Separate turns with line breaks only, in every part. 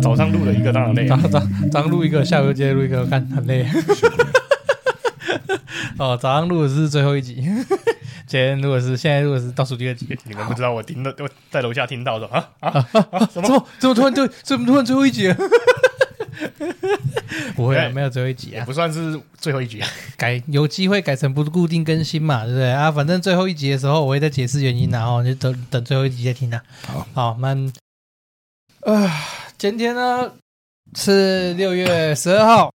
早上录了一个，当然累。
早早早上录一个，下午又接着录一个，看很累。 哦，早上录的是最后一集， 今天录的是现在录的是倒数第二集。
你们不知道，我听到 我在楼下听到的啊啊！
怎么怎么突然就怎么突然最后一集了？ 不会啊，
对
没有最后一集
也
啊，
不算是最后一集啊，
改有机会改成不固定更新嘛，对不对啊？反正最后一集的时候我会再解释原因然后就等等最后一集再听啊。
好，
好，那啊、今天呢是六月十二号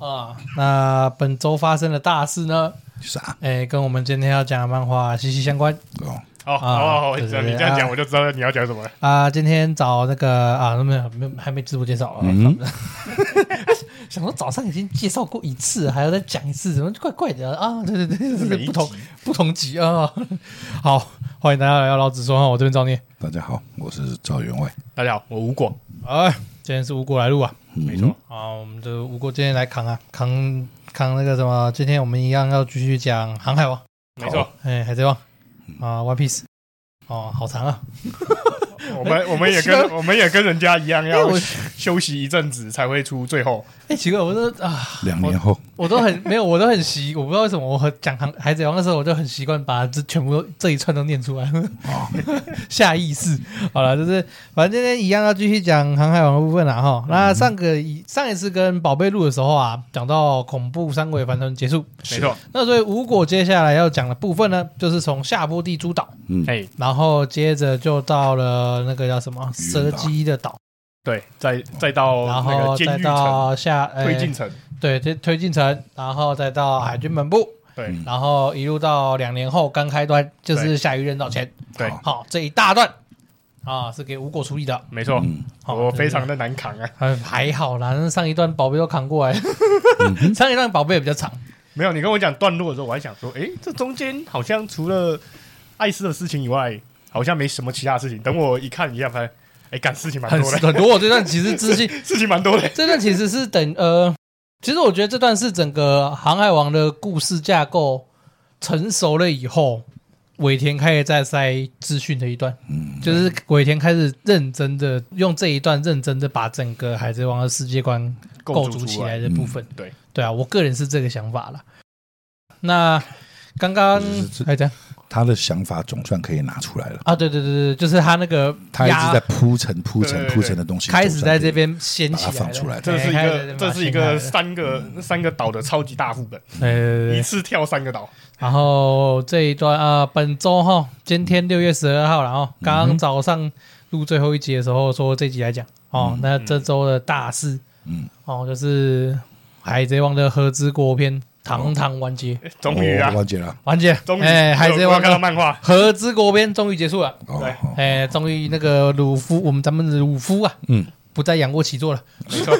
啊，那本周发生的大事呢，
啥？
哎，跟我们今天要讲的漫画息息相关
哦，
哦，
啊
好好好，
对
你
对对
这样
啊
讲我就知道你要讲什么了。
啊。今天找那个啊，没有没有还没自我介绍啊，
嗯，
想说早上已经介绍过一次，还要再讲一次，怎么怪怪的啊？啊对对对，这
每
是
一集
不同不同集啊。 好，欢迎大家来到老子说话，我这边找你。
大家好，我是赵员外。
大家好，我吴广，
哎，今天是吴果来录啊，
没错，
啊，我们的吴果今天来扛啊，扛扛那个什么，今天我们一样要继续讲《航海王》，
没错。
哎，《海贼王》
嗯
啊，《One Piece》。哦，好长啊！
我们我们也
奇
跟
怪
我们也跟人家一样，
因为
要
哎我
休息一阵子才会出最后。
哎，奇怪，我都啊，
两年后，
我都很没有，我都很习，我不知道为什么我很讲航《海贼王》的时候，我就很习惯把这全部都这一串都念出来，
哦
下意识。好了，就是反正今天一样要继续讲航海王的部分了啊哈。那上个一上一次跟宝贝录的时候啊，讲到恐怖三鬼凡团结束，
没错，
那所以无果接下来要讲的部分呢，就是从下波地诸岛，
嗯，
哎，
然后接着就到了那个叫什么
鱼
蛇
岛
姬的岛，
对，再再到
然
哦那
后
个
再
监狱城
到下呃
推进城，
对推推进城，然后再到海军本部。
对
然后一路到两年后刚开端，就是
对
下鱼人岛前，
对，
好
好这一大段啊是给无果处理的，
没错，
嗯，
好
我非
就
常
是
的难扛啊。
还还好啦，那上一段宝贝都扛过来，
嗯
上一段宝贝也比较长，
没有，你跟我讲段落的时候，我还想说，诶，这中间好像除了艾斯的事情以外，好像没什么其他事情。等我一看一下，发现，诶，干事情蛮
很
多的，
很多。我这段其实自信，
事情蛮多 的。
这段其实是等呃，其实我觉得这段是整个《航海王》的故事架构成熟了以后，尾田开始在塞资讯的一段，
嗯
就是尾田开始认真的用这一段认真的把整个《海贼王》的世界观构筑
筑出
起
来
来的部分。
嗯对
对啊，我个人是这个想法啦。那刚刚哎
就是这
还讲
他的想法总算可以拿出来了。
啊，对对对对，就是他那个
他一直
压
在铺陈、铺
对
陈、
对
铺陈的东西，
开始在这
总算可以
边掀
把
起
它
来了，
放出来了。
这是一
哎
个，这是一个，三个三个岛的超级大副本，
开始把它掀开来了对对对嗯对
一次跳三个岛。
然后这一段啊、呃本周哈，今天六月十二号了哦，刚刚早上录最后一集的时候说这集来讲哦，那这周的大事，
嗯，
哦，就是《海贼王》的合资国篇堂堂完结，
诶终于啊
我，哦忘记了。
完结，
终于，
哦哎，《海贼王
我》看到
的
漫画，
合资国篇终于结束了，
哦
对，
哦
哎，终于那个鲁夫，我们咱们的鲁夫啊，
嗯，
不再仰卧起坐了
没 错。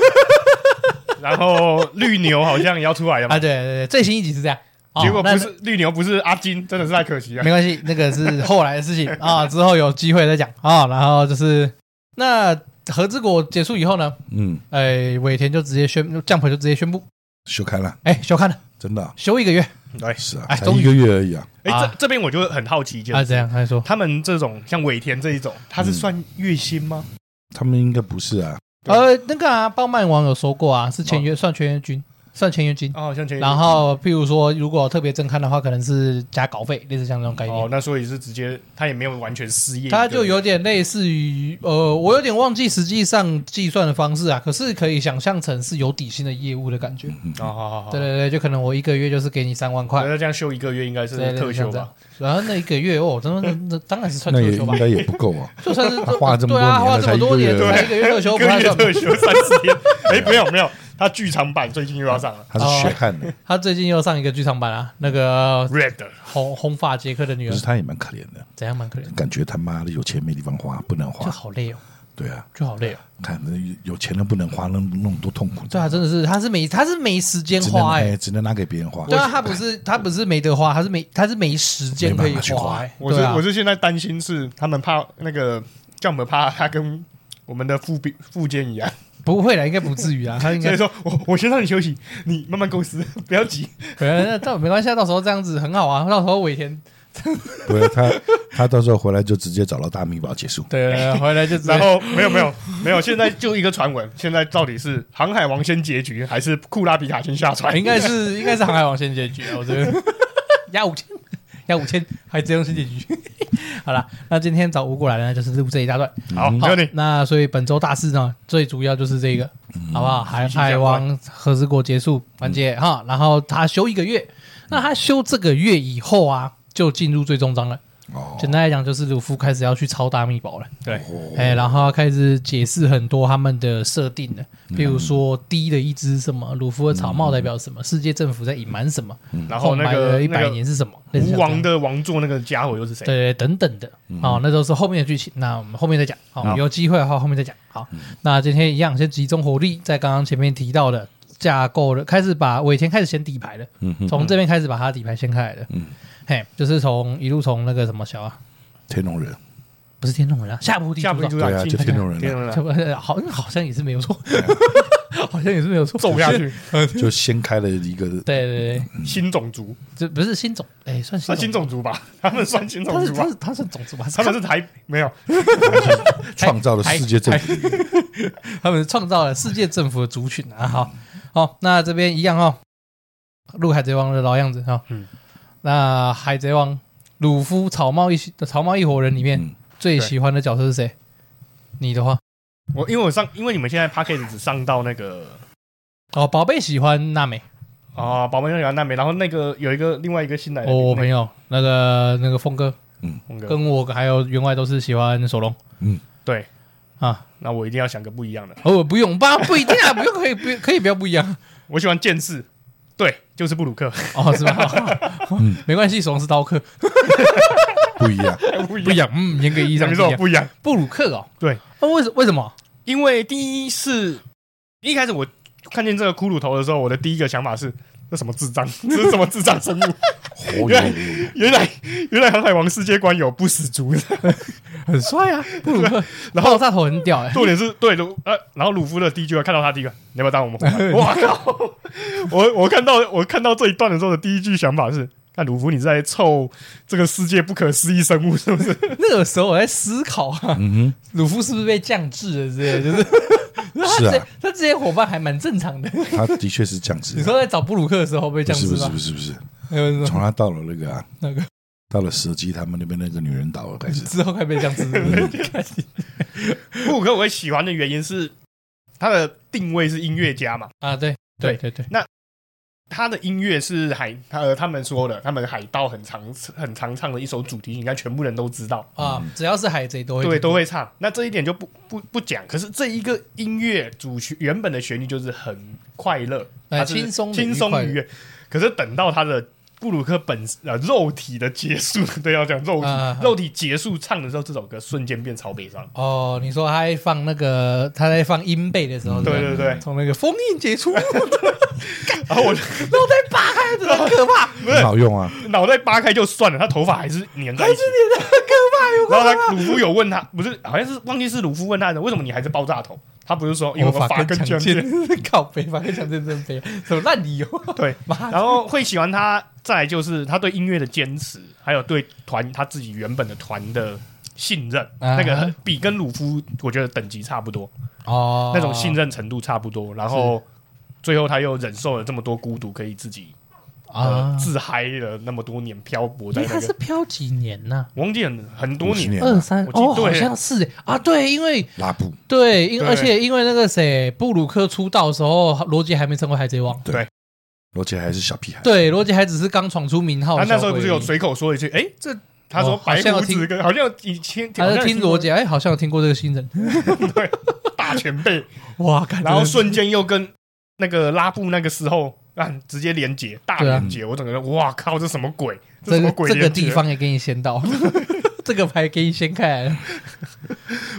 然后绿牛好像也要出来了嘛
啊，对，对对，最新一集是这样，哦
结果不
那
是绿牛，不是阿金，真的是太可惜了
没。关系，那个是后来的事情啊，之后有机会再讲啊。然后就是那和之国结束以后呢，
嗯，
哎，尾田就直接宣，Jump 就直接宣布，
休刊了，
哎，休刊了，
真的啊
休一个月
对，
是啊，
哎
才
终于
一个月而已啊。
哎、
啊
这这边我就很好奇一件
啊。
事
这样他说，
他们这种像尾田这一种，他是算月薪吗？
嗯
他们应该不是啊，
对
呃，那个啊，棒漫网有说过啊，是签约算签约金，算签约金。
哦，像前
然后，譬如说，如果特别正刊的话，可能是加稿费，类似像这种概
哦
念，。
那所以是直接他也没有完全失业，
它就有点类似于，呃，我有点忘记实际上计算的方式啊，可是可以想象成是有底薪的业务的感觉。
嗯
哦，好好好，
对对对，就可能我一个月就是给你三万块，
那这样休一个月应该是
对对
特
对像
休
这样
吧？
然后那一个月哦，真的那当然是算
那
特
也
休吧
应，该也不够 啊。
就算是
他花这么多
对啊，
年
花这么多年
了
才
才
一个月特休
一
不
个
太
月
算吧。
特休三十天， 哎、没有没有，他剧场版最近又要上了
他是血汗的，
他最近又上一个剧场版啊，那 个
，Red，
红红发杰克的女
可
儿
是他也蛮可怜的，
怎样蛮可怜的，
感觉他妈的有钱没地方花，不能
就
花。
好累哦，
对啊，
就好累哦。
看那有钱人不能花，那那么多痛苦。
对啊，真的是他是没他是没时间
只能
花哎。
只能拿给别人花。
对啊，他不是他不是没得花，他是没他是没时间可以
没办法去
花
花
哎。
我是、
对啊
我是现在担心是他们怕 那个叫我们怕他跟我们的副兵副监一样，
不会啦，应该不至于啊，他应
所
该
以说我我先让你休息， 你慢慢构思，不要急。
可能那倒没关系啊，到时候这样子很好啊。到时候尾田
不是他， 他到时候回来就直接找到大密宝结束。
对，回来就直接
然后没有没有没有，现在就一个传闻，现在到底是航海王先结局，还是库拉比卡先下船？
应该是应该是航海王先解决，我觉得 压五千，压五千，还直接用先解决。 好啦，那今天找吴过来呢，就是录这一大段。
好，没
好
问，题。
那所以本周大事呢，最主要就是这个，好不好？海
息相
海王何之国结束完结哈，然后他休一个月，那他休这个月以后啊，就进入最终章了。
哦，
简单来讲，就是鲁夫开始要去抄大密宝了。
对，
哎，然后开始解释很多他们的设定了，比如说低的一只什么，鲁夫的草帽代表什么，世界政府在隐瞒什么，
然后
空
那
白
个
的一
那
百
个
年是什么，类似像这
吴王
样
的王座那个家伙又是谁？
对对等等的，哦，那都是后面的剧情，那我们后面再讲，好，
好
有机会的话后面再讲。好，那今天一样先集中火力在刚刚前面提到的架构的，开始把尾田开始先底牌了，从这边开始把他底牌掀开来的，嘿，就是从一路从那个什么小啊，
天龙人，
不是天龙人啊，夏普地
下
主
部
导
就
对啊就天龙人啊
天龙人
差
啊
不多 好，好像也是没有 错，好像也是没有错，
揍下。去，
就掀开了一个
对对对，
新种族
这不是嗯新种，哎，算
算新，种族吧？ 他们算啊新
他
种
是
族
他
吧
是？他算种族吧？
他们是台没有
创造了世界政府，
他们创造了世界政府的族群
嗯
啊！好，好，那这边一样哦，录海贼王的老样子哈。
嗯
那海贼王鲁夫草帽一起草帽一伙人里面、
嗯
最喜欢的角色是谁？你的话
我，因为我上，因为你们现在 p a c k a g e 只上到那个
哦，宝贝喜欢娜美
啊，宝贝那个那美，然后那个有一个另外一个新来的
哦，我
那
朋友那个那个峰哥
个
跟我还有员外都是喜欢索隆
对，
啊。
那我一定要想个不一样的。
哦，不用吧，不一定啊，不用可以不可以不要不一样
我喜欢剑士，对，就是布鲁克，
哦， 是吧？没关系，索隆是刀客，
不一 样。
不一
不一，样。嗯，严格意义上
没
不
错
一，样。
不一样。
布鲁克哦，
对，
那为什为什么？
因为第一是一开始我看见这个骷髅头的时候，我的第一个想法是。这什么智障？ 这是什么智障生物？
哦哟，
原来原来航海王世界观有不死 族的，
很帅啊，布鲁 克，
然
后炸头很屌哎，
重点是对鲁呃，然后鲁夫的第一句话看到他第一个，你要不要当我们伙伴？哇靠！我我看到我看到这一段的时候的第一句想法是：看鲁夫你是在凑这个世界不可思议生物是不是？
那个时候我在思考啊，
嗯
鲁夫是不是被降智了之类的，就是他
是啊
这他这些伙伴还蛮正常 的。
哼，他的确是这样子啊
你。说在找布鲁克的时候被
不
降哎
是
智
不是
吧
不？是不是，
还有什
从
么
他到了那个啊，
那个
到了蛇姬他们那边那个女人岛开始，
之后快被降智 了，看
布鲁克我会喜欢的原因是他的定位是音乐家嘛，
啊，对对对对，
他的音乐是海呃他们说的，他们海盗很常很常唱的一首主题曲，应该全部人都知道。
啊，只要是海贼都会
对，都会唱。那这一点就不不不讲。可是这一个音乐主旋原本的旋律就是很快乐，
哎
它是
轻松的
轻松
愉快的
愉悦。可是等到他的布鲁克本呃肉体的结束，对，要讲肉体、
啊啊啊
肉体结束唱的时候，这首歌瞬间变超悲伤。
哦，你说他在放那个他在放音贝的时候，
对
是吧
对对，
从那个封印解除， 然后
然后我
再拔开，真的很可怕，
是
很好用啊。
脑袋扒开就算了，他头发还是粘在一起。
真的很可怕，有
然后 他鲁夫有问他，不是好像是忘记是鲁夫问他的，为什么你还是爆炸头？他不是说因为
我
我们
法
发
根
根
强
强健？
奸， 靠北法根强奸真悲，什么烂理由？
对，
妈
然后会喜欢他，再来就是他对音乐的坚持，还有对团他自己原本的团的信任，
啊
那个比跟鲁夫我觉得等级差不多，
哦
那种信任程度差不多。然后最后他又忍受了这么多孤独，可以自己呃
啊，
自嗨了那么多年，漂泊在
哎，
那
他是
个，
漂几年呐？
我忘记很很多
五十
年，
年啊
二三
我记
哦，
对
好像是哎啊，对，因为
拉布，
对，因
对
而且因为那个谁，布鲁克出道的时候，罗杰还没成为海贼王，
而且还是小屁孩。
对，罗杰还只是刚闯出名号
他
的小鬼。
那时候不是有随口说一句，哎，这。他说
哦好
白
像有
胡子跟好像以前
他
好
在
像
听罗杰，哎，好像有听过这个新人，
对大前 辈，
哇，感
然后瞬间又跟那个拉布那个时候啊直接连接大连接，我整个人哇靠，这什么鬼？
啊这
什么
个
鬼
这个
连接
地，方也给你掀到， 这个牌给你掀开来了。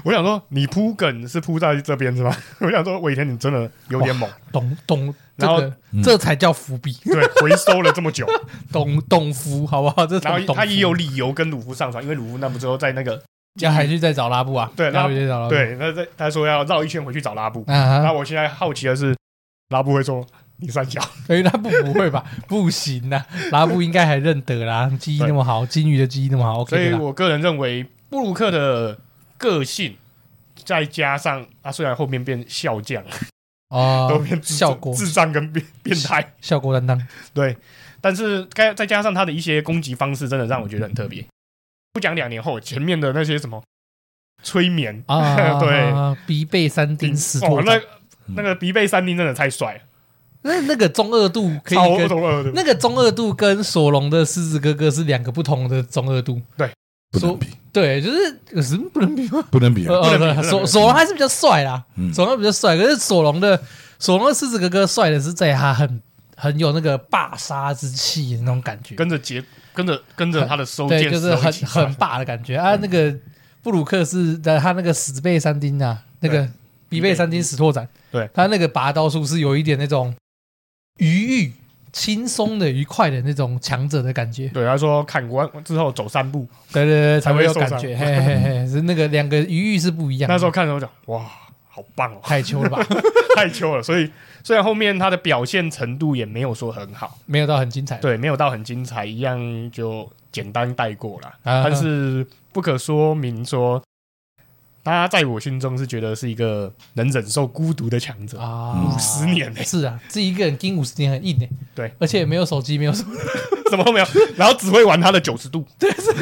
我想说你铺梗是铺在这边是吧？我想说尾田你真的有点猛，
懂懂，这
然后嗯
个这才叫伏笔，
对，回收了这 么久，
懂懂伏，好不好？这才
然后
懂
他也
伏
有理由跟鲁夫上船，因为鲁夫那不之后在那个
要还去再找拉布啊，
对
要
拉
回去找拉布，，
对，那在他说要绕一圈回去找拉布，
啊
然
哈，
后我现在好奇的是拉布会说。你三小，
哎，拉布不会 吧？不行呐，拉布应该还认得啦，记忆那么好，金鱼的记忆那么好
所
，OK 的
以
啦。
我个人认为布鲁克的个性，再加上他虽然后面变笑匠，都
哦
变，智
效果
智障跟变 变态，
效果担当，
对，但是该再加上他的一些攻击方式，真的让我觉得很特别。不讲两年后，前面的那些什么催眠
啊，
对，
鼻背三钉死
哦
拖，
那那个鼻背三钉真的太帅了，
那那个中二度可
超
以跟
中二的。
那个中二度跟索隆的狮子哥哥是两个不同的中二度，
不
说
能比，
对，就是有什么不能比吗？
不能比啊。
呃，
不能比
呃
不能
索
比
索隆还是比较帅啦，
嗯
索隆比较帅，可是索隆的索隆的狮子哥哥帅的是在他很很有那个霸杀之气的那种感觉，
跟着节，跟着跟着他的收
对，
件，
就是很
一起
很
上
霸的感觉啊。那个布鲁克是在他那个死背三钉啊，那个比背三钉死拓展，
嗯对
他那个拔刀术是有一点那种愉悦、轻松的、愉快的那种强者的感觉，
对，他说砍完之后走三步，
对对对，才会有
才会受
感
伤
觉，嘿嘿 嘿，是那个两个愉悦是不一样的。
那时候看的时候讲，哇，好棒哦，
太秋了吧，
太秋了。所以虽然后面他的表现程度也没有说很好，
没有到很精彩。
对，没有到很精彩，一样就简单带过了。
啊
但是不可说明说，他在我心中是觉得是一个能忍受孤独的强者。
啊，
五十年欸
是啊，自己一个人盯五十年很硬哎、
对，
而且也没有手机，没有什么，
什么都没有，然后只会玩他的九十度。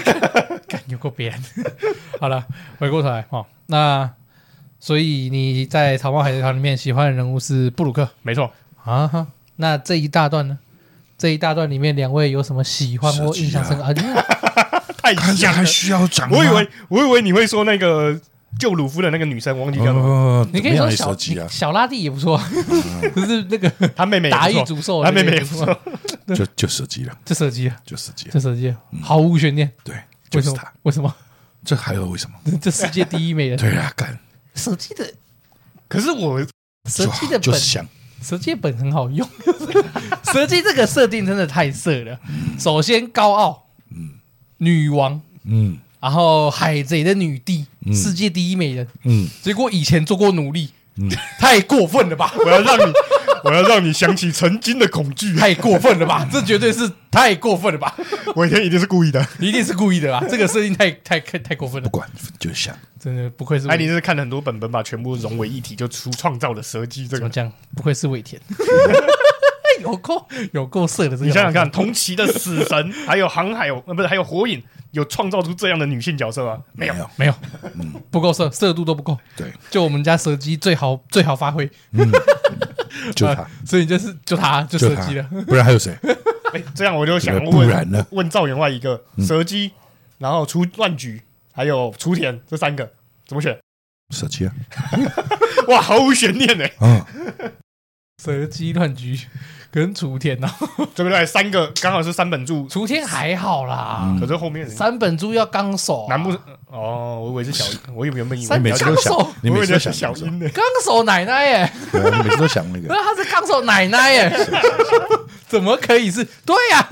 干有过别人。 好了，回过头来哦，那所以你在《草帽海贼团》里面喜欢的人物是布鲁克
没错，
啊哈？那这一大段呢？这一大段里面两位有什么喜欢或印象深刻啊？
太
看起来
像
还
了。
需要长吗，啊
我以为我以为你会说那个救鲁夫的那个女生，我忘记叫什么，
哦，
你可
怎
以
么样
说
的
小
手机啊，嗯
小拉蒂也不错， 就是那个
她妹妹也
打
不
一
错，
族兽，
她妹妹也不错，
就就手机了，
这设计啊，
就手机了
这，设计啊毫无悬念，
对，
为
嗯就
什
是
么
他。？
为什么？
这还有为什么？
这世界第一美人，
对啊，干
手机的
可是我
蛇
就
姬的
就
本
是香，
蛇姬本很好用， 蛇姬这个设定真的太色了。首先高傲，女王，
嗯
然后海贼的女帝，
嗯
世界第一美人。
嗯，
结果以前做过奴隶，
嗯
太过分了吧？
我要让你，我要让你想起曾经的恐惧。
太过分了吧？这绝对是太过分了吧？
我以前一定是故意的。
一定是故意的啊吧？这个设定太太太太过分
不
了，
管就是香，
真的不愧是
嗯
哎，
伪
你是看了很多本本，把全部融为一体，就出创造了蛇姬这
怎么
个。
讲？不愧是尾 田，有够有够色的这个。
你想想看，同期的死 神，还有航海，呃，不是还有火影，有创造出这样的女性角色吗？没有，
有，
没有，
嗯
不够色，色度都不够。
对，
就我们家蛇姬最好最好发挥，
就
啊
他，
所以就是就他就
就
蛇
他
姬了。，
不然还有谁？
哎，这样我就想
不然
问
呢，嗯
问赵员外一个蛇姬，然后出乱局，还有雏田这三个怎么选？
手机啊，
哇，毫无悬念哎，
嗯，
蛇姬乱局跟雏田 呐、啊，
对不对？三个刚好是三本柱，
雏田还好啦，
可是后面人
三本猪要纲手、啊，
嗯难不哦，我以为是小，我原本以为
三
你每次都想
刚手，
你
我以
每
为
次都
是
想
小
那个
樱呢。
纲手奶奶耶、
对啊你每次都想那个
不， 是他是纲手奶奶耶、怎么可以是？对呀、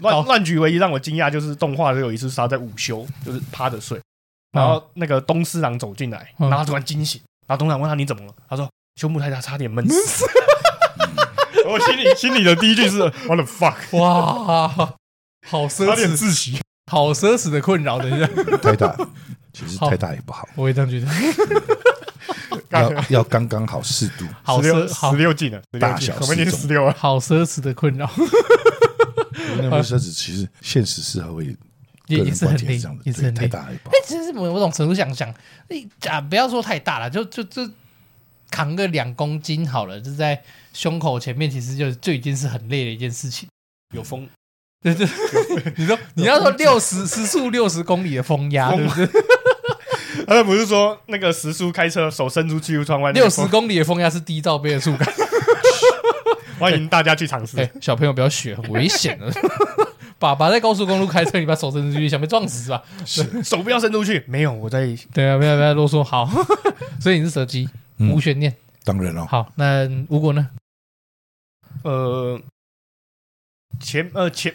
乱
好
乱局唯一让我惊讶就是动画有一次是他在午休，就是趴着睡，然后那个东四郎走进来，
嗯
然后他突然惊醒，然后东四郎问他你怎么了？他说胸部太大，差点闷死。 我心里心里的第一句是 What the fuck，
哇，好奢
差点
侈，
窒息。
好奢侈的困扰。等一下，
太大，其实
好
太大也不好，
我也这样觉得，
要
干
要刚刚好适度，
好
十六
奢好
十六进了，十六
大
进
小
了，我们已经
适
十六啊了。
好奢侈的困扰，
那部奢侈其实现实是还会。
也
个
也
人
是很
观点
累
是这样，的，
也是很
对，太
累。
大也不 好
哎、。其实某某种程度想想，你啊，不要说太大了，就就就扛个两公斤好了，就在胸口前面，其实就就已经是很累的一件事情。
有风，
对对，你 说你要说六十时速六十公里的风 压，对不对？
他们不是说那个时叔开车手伸出去窗外那
六
个
十
风，
公里的风压是低罩杯的触感。
欢迎大家去尝
哎、
试。
小朋友不要学，很危险 的。爸爸在高速公路开车，你把手伸出去，想被撞死是吧？
手不要伸出去，没有，我在
对啊，不要不要啰嗦。好， 所以你是蛇姬，
嗯
无悬念。
当然了，
好，那吴果呢？
呃，前呃前，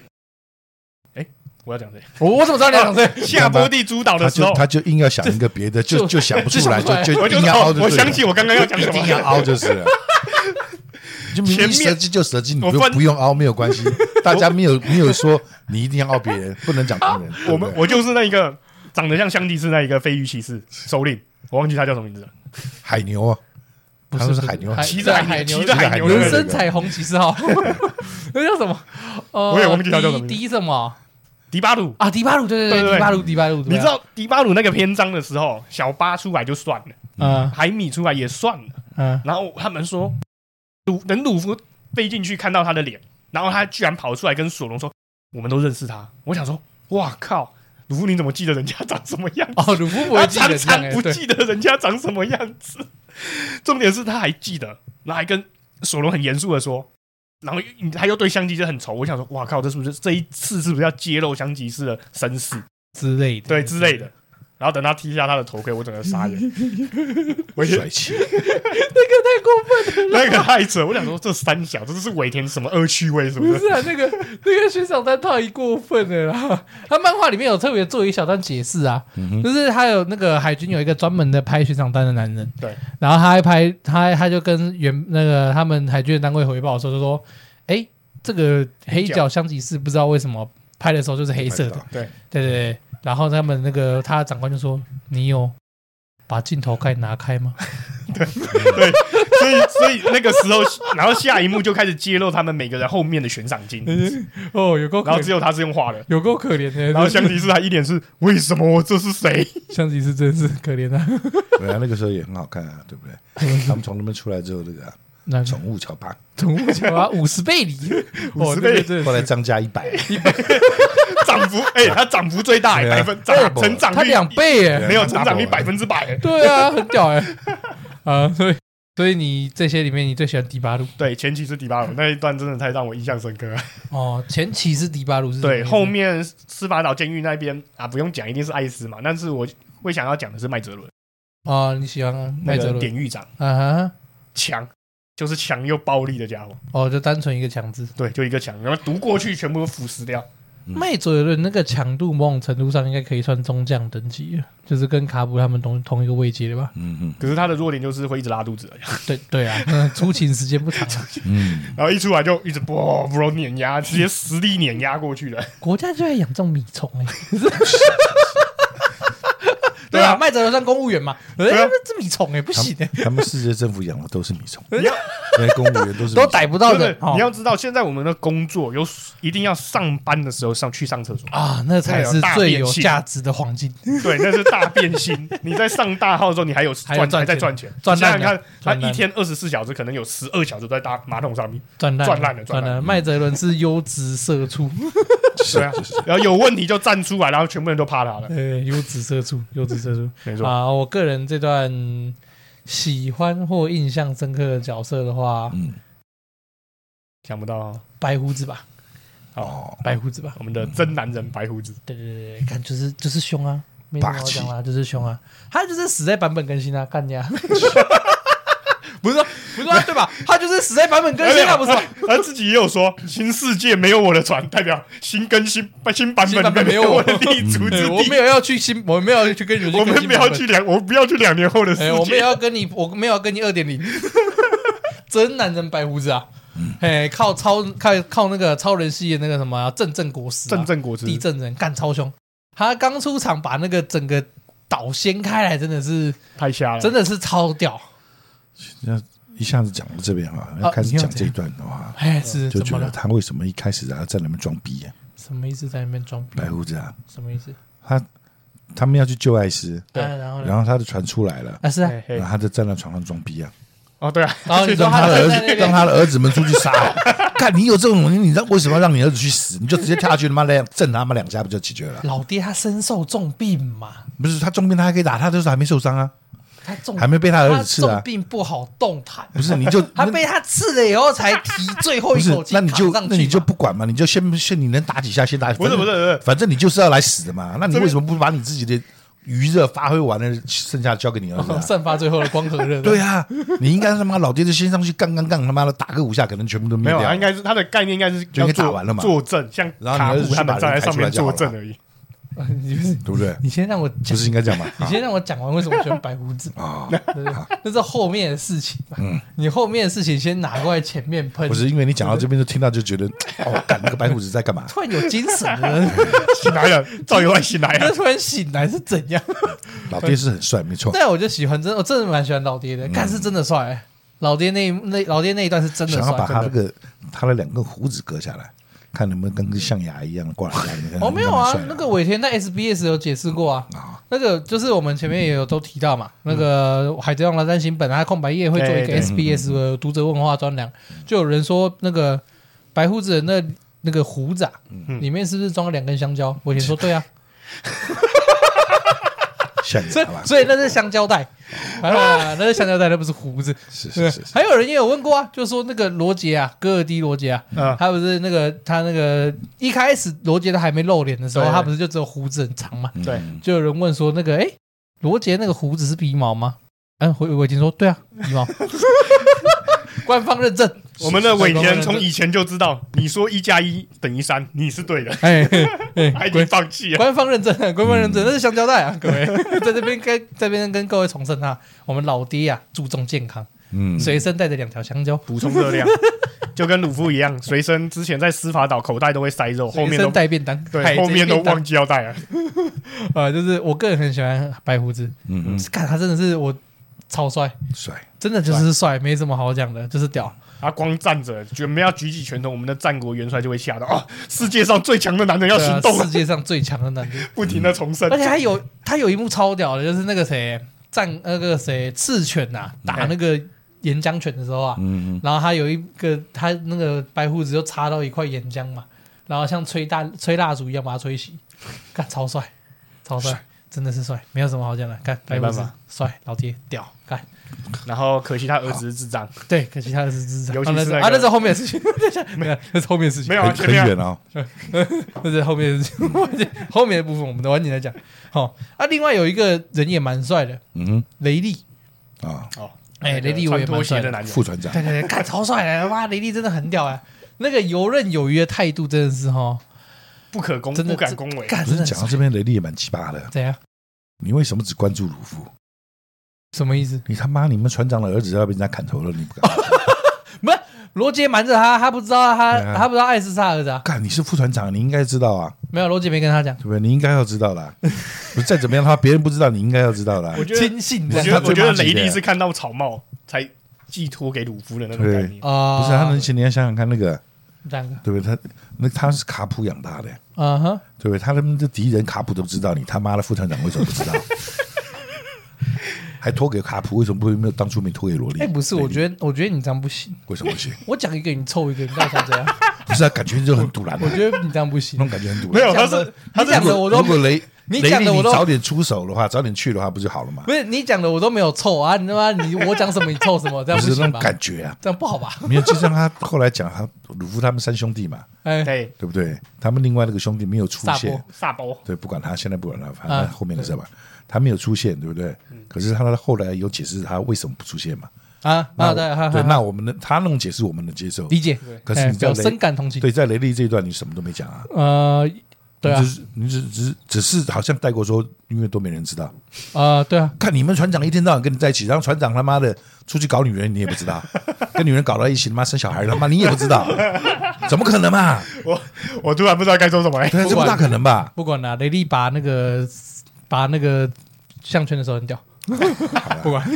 哎、我要讲谁？
我我怎么知道你两岁？
夏波地主导
他
的时
就
候，
他就硬要想一个别的，就
就
就想不出
就想
来，
不出来
就就
我
硬
就
要凹就
我
对了
想起我刚刚要讲什
一定要
么，
凹就是了。就明
前
明
面
蛇精就蛇精，你
我
就
翻
不用凹，没有关系。大家没有没有说你一定要凹别人，不能讲别人。对不对
我们我就是那一个长得像香蒂士那一个飞鱼骑士首领，我忘记他叫什么名字了。
海牛啊，
不
他
是
们是海牛
海
骑着海
海
牛，
牛
骑 着海牛
骑
的那
着
人
个，
生彩虹骑士 号，哦那叫什么？呃，
我也忘记它叫什么名字
迪迪什么
迪巴鲁。
啊？迪巴鲁，对对
对对
对，啊迪
对
巴鲁，迪巴鲁，
你知道迪巴鲁那个篇章的时候，小巴出来就算了，
对啊？
海米出来也算了，
嗯嗯，
然后他们说鲁等鲁夫飞进去看到他的脸，然后他居然跑出来跟索隆说：“我们都认识他。”我想说，哇靠！鲁夫，你怎么记得人家长什么样？
哦，鲁夫不
他
会记
常
得这样
常
欸，
不
对
记得人家长什么样子。重点是他还记得，然后还跟索隆很严肃的说，然后又他又对香吉士很仇。我想说，哇靠，这是不是这一次是不是要揭露香吉士的身世？
之类的，
对之类的。然后等他踢下他的头盔，我整个傻眼，我也
帅气，
那个太扯。我想说，这三小这是尾田什么恶趣味什么
不
的？
是啊，那个 那个悬赏单太过分了啦！他漫画里面有特别做一小段解释啊，
嗯
就是他有那个海军有一个专门的拍悬赏单的男人，
对，
然后他还拍他他就跟原那个他们海军的单位汇报说，就说，哎，这个黑角香吉士不知道为什么拍的时候就是黑色的，
对
对对对，然后他们那个他的长官就说，你有把镜头盖拿开吗？
对，所以所以那个时候，然后下一幕就开始揭露他们每个人后面的悬赏金，
哦，有够可
然后只
怜，
有他是用画的，
有够可怜的，
然后香吉士还一脸是为什么我这是谁？
香吉士真是可怜啊，
对啊，那个时候也很好看啊，对不对？他们从那边出来之后，那个啊
那个
宠物乔巴，
宠物球啊，五十倍 里，
50倍里
对
后来涨价一百，啊
涨幅，哎、它涨幅最大、
对啊
百分涨
double
成长率
哎他两倍 耶，
没有成长率
double
百分之百、哎
对啊，很屌哎， 啊，所以所以你这些里面你最喜欢迪巴鲁
对，前期是迪巴鲁那一段真的太让我印象深刻了。
哦，前期是迪巴鲁是什么意
对，
思
后面司法岛监狱那边啊，不用讲，一定是艾斯嘛。但是我会想要讲的是麦哲伦，
哦，你喜欢啊麦哲
那
伦
个典狱长
啊哈，
强，就是强又暴力的家伙。
哦，就单纯一个强制，
对，就一个强，然后读过去全部都腐蚀掉。
嗯
麦哲伦那个强度某种程度上应该可以算中将等级了，就是跟卡普他们同同一个位阶的吧？
嗯嗯
可是他的弱点就是会一直拉肚子而已，
对对啊，嗯出勤时间不长啊，
嗯，
然后一出来就一直不不碾压，直接实力碾压过去了。
国家就在养这种米虫哎、对
对啊
啊，麦哲伦算公务员嘛？哎、
啊
这米虫哎、不行哎、
他们世界政府养的都是米虫，
你要
那些公务员都 是
都逮不到
对
的
对。，
哦
你要知道，现在我们的工作有一定要上班的时候上去上厕所，
啊，那才是最有价值的黄金。
对，那是大变心。你在上大号的时候，你还有
还有
赚，还在
赚
赚钱。
赚
想
烂
想看
了，
他
赚烂
一天二十四小时，可能有十二小时都在大马桶上面。
赚烂
赚烂了
赚
赚烂
了！麦哲伦是优质社畜，
对啊，然后有问题就站出来，然后全部人都怕他了。
对，优质社畜，优质社畜
没错，
啊！我个人这段喜欢或印象深刻的角色的话，
嗯
想不到哦
白胡子吧，
哦，
白胡子吧，
我们的真男人白胡子，
对对对对，看就是就是凶啊，没什么好
霸气
讲啦，就是凶啊，他就是死在版本更新啊，干呀！不是说不是说对吧？他就是死在版本更
哎
新啊，不是吗？
他 自己也有说，新世界没有我的船，代表新更新新版
新版
本
本
没
没有
有
我
的立足之
对我
地。
没有要去新，我没有要去跟你
我们不要去两，我不要去两年后的 世
哎、我们也
界。
要跟你，我没有要跟你二点零， 真男人白胡子啊！
嗯
哎、靠超靠靠那个超人系的那个什么啊阵阵果实、啊，
正正果汁，
地震人干超凶，他刚出场把那个整个岛掀开来，真的是
太瞎了，
真的是超屌！
那一下子讲到这边哈，要
啊
开始
你要
讲
怎
这一
样
段的话，
哎、是
就
怎
觉
么
得
了？
他为什么一开始然后在那边装逼啊？
什么意思在那边装逼？
白胡子啊，
什么意思？
他他们要去救艾斯，
对
哎然后呢？
然后他的船出来了，
啊是啊，
嘿嘿
然后他就站在床上装逼啊，
哎哦，对 啊，
然后你说
让他
他
的
站
儿
在那
子让
边，
他的儿子们出去杀。 看你有这种能力，你让为什么要让你儿子去死？你就直接跳下去，他妈的震他妈两下不就解决了？
老爹他身受重病嘛，
不是他重病，他还可以打，他就是还没受伤啊，
他重
还没被他儿
他
子刺
重
啊。
病不好动弹。
不是，你就
他被他刺了以后才提最后
不
一
是
口，气
那你就
躺上去
那你就
嘛
不管嘛，你就先先你能打几下先打。
不是不是不是，
反正你就是要来死的嘛。那你
这边
为什么不把你自己的余热发挥完了，剩下交给你儿子、
哦
啊？
散发最后的光和热。
对啊，你应该他妈老爹就先上去杠杠杠，他妈的打个五下，可能全部都灭
没有，啊
掉
啊
他。应该是他的概念应该是
就已经
要做
打完了嘛
作证，像
然后
卡
你
普
儿子去
他
把
们
人
站在
抬
上
出
面
来就
作
好
证
了
而已。
你不是
对不对？
你先让我
不
讲，
是应该这样吗？，
你先让我讲完为什么我喜欢白胡子
啊，嗯
对不对那是后面的事情嘛。你后面的事情先拿过来前面喷
不，是因为你讲到这边就听到 就觉得，哦，干那个白胡子在干嘛？
突然有精神了，
醒来 了，赵员外醒来
就
了，
突然醒来是怎样？
老爹是很帅，没错。
但我就喜欢真的，我真的蛮喜欢老爹
嗯
的，看是真的帅、老爹那一那老爹那一段是真的
想要
帅
把，他那个他的两根胡子割下来，看能不能跟个象牙一样挂在那边。
哦，没有啊
看
那
能，不能
个尾田在 SBS 有解释过啊。
啊
那个就是我们前面也有都提到嘛，那个《海贼王》蓝山新本啊，它空白页会做一
对对
个 SBS 的读者问话专栏，就有人说那个白胡子的那那个胡子啊，里面是不是装了两根香蕉？尾田说对啊，
象
所
牙
以
吧，
所以那是香蕉带 啊，那是香蕉带，那不是胡子。
是
对
是是，，是
还有人也有问过啊，就说那个罗杰啊，戈尔迪罗杰啊，
嗯
他不是那个他那个一开始罗杰他还没露脸的时候，
对
他不是就只有胡子很长嘛？
对
嗯
就有人问说那个哎，诶罗杰那个胡子是鼻毛吗？嗯，我我已经说对啊，鼻 毛，官方认证。
我们的尾田从以前就知道，你说一加一等于三，你是对的，
哎，哎
他已经嗯放弃了。
官方认证，官方认证，那是香蕉带啊，各位， 在这边跟在这边跟各位重申啊，我们老爹啊注重健康，
嗯，
随身带着两条香蕉，
补充热量， 就跟鲁夫一样，随身之前在司法岛口袋都会塞肉，后
随
面
身
都
带便当，海
对，
贼
后面都
便当
忘记要带了。
啊，就是我个人很喜欢白胡子，
嗯嗯，
看他真的是我超帅，
帅，
真的就是帅，没什么好讲的，就是屌。
他啊光站着，准备要举起拳头，我们的战国元帅就会吓到哦，世界上最强的男人要
对啊
行动了
世，界上最强的男人，
不停的重 申
而。且他有他有一幕超屌的，就是那个谁战呃那个谁赤犬呐、
哎
打那个岩浆犬的时候啊，
嗯嗯，
然后他有一个他那个白胡子就插到一块岩浆嘛，然后像吹大吹蜡烛一样把它吹熄，看超帅，超帅，真的是帅，没有什么好讲的，看白
没
胡
办
子
法
帅，老爹屌，看。
然后可惜他儿子是智障，
对，可惜他的是智障，
尤其
啊那
是那个
啊，那是后面的事 情，没有，那是后面的事情，
没有啊，
很
前
很
面啊
远哦，
那是后面的事情， 后面的部分我们晚点来讲。好、啊，另外有一个人也蛮帅的，
嗯
雷利，
啊，
哦，
哎、
那个
雷利我也
穿拖
蛮
鞋
帅
的
的，
男人，
副船长
对对对，看超帅的，哇，雷利真的很屌啊，那个游刃有余的态度真的是哈，
不可恭，
真的
不敢恭维。
干
不
真
是
的
讲
很
到
帅
这边，雷利也蛮奇葩的。
怎样？
你为什么只关注鲁夫？
什么意思？
你他妈，你们船长的儿子要被人家砍头了，你不敢？
不是罗杰瞒着他，他不知道他、
对啊
他不知道艾斯是他儿子啊，
干，你是副船长，你应该知道啊，
没有罗杰没跟他讲，
对不对？你应该要知道 啦。不是再怎么样的话，别人不知道，你应该要知道啦。
我觉得，
轻信
我
这
觉
样
得，
他
我
最
觉得
骂
雷
几个
利
啊
是看到草帽才寄托给鲁夫的那种概念。
啊，
不是他能行，你要想想看，那个
两个，
对不对？他那他是卡普养大的，
啊哈，
对不对？他们的敌人卡普都知道，你他妈的副船长为什么 不知道？还托给卡普，为什么不没有当初没托给罗莉？
哎、不是，我觉得我觉得你这样不行。
为什么不行？
我讲一个，你凑一个，你到底想怎样？
不是啊，感觉就很突然、啊，
我觉得你这样不行
那。种感觉很突然。
没有，
你
他
讲的
是他
你
是
讲的我都
如果雷
你
雷
讲
利
的我
你
都
早点出手的话，早点去的话，不就好了吗
不？是你讲的我都没有凑啊！你他妈你我讲什么你凑什么，这样
不是那
行
种
吧？
感觉啊。
这样不好吧？
没有，就像他后来讲，他鲁夫他们三兄弟嘛，
哎，
对
对不对？他们另外那个兄弟没有出
萨
现
博，
萨博，
对，不管他，现在不管他，反
啊嗯
正后面的事吧。他没有出现，对不对？可是他后来有解释他为什么不出现嘛？
啊
那
啊
我
对啊
对，
啊
那我们能他那种解释我们能接受，
理解。
可是
哎
你在
表
雷
深感同情。
对在雷利这一段你什么都没讲啊，
呃，对啊
你只，是你只只只是好像带过说，因为都没人知道。
啊对啊，
看你们船长一天到晚跟你在一起，然后船长他妈的出去搞女人，你也 不知道，跟女人搞到一起，他妈生小孩他妈你也不知道，怎么可能嘛？
我我突然不知道该说什么了。
对啊，这不大可能吧？
不管啦，雷利拔那个拔那个项圈的时候很屌，不管。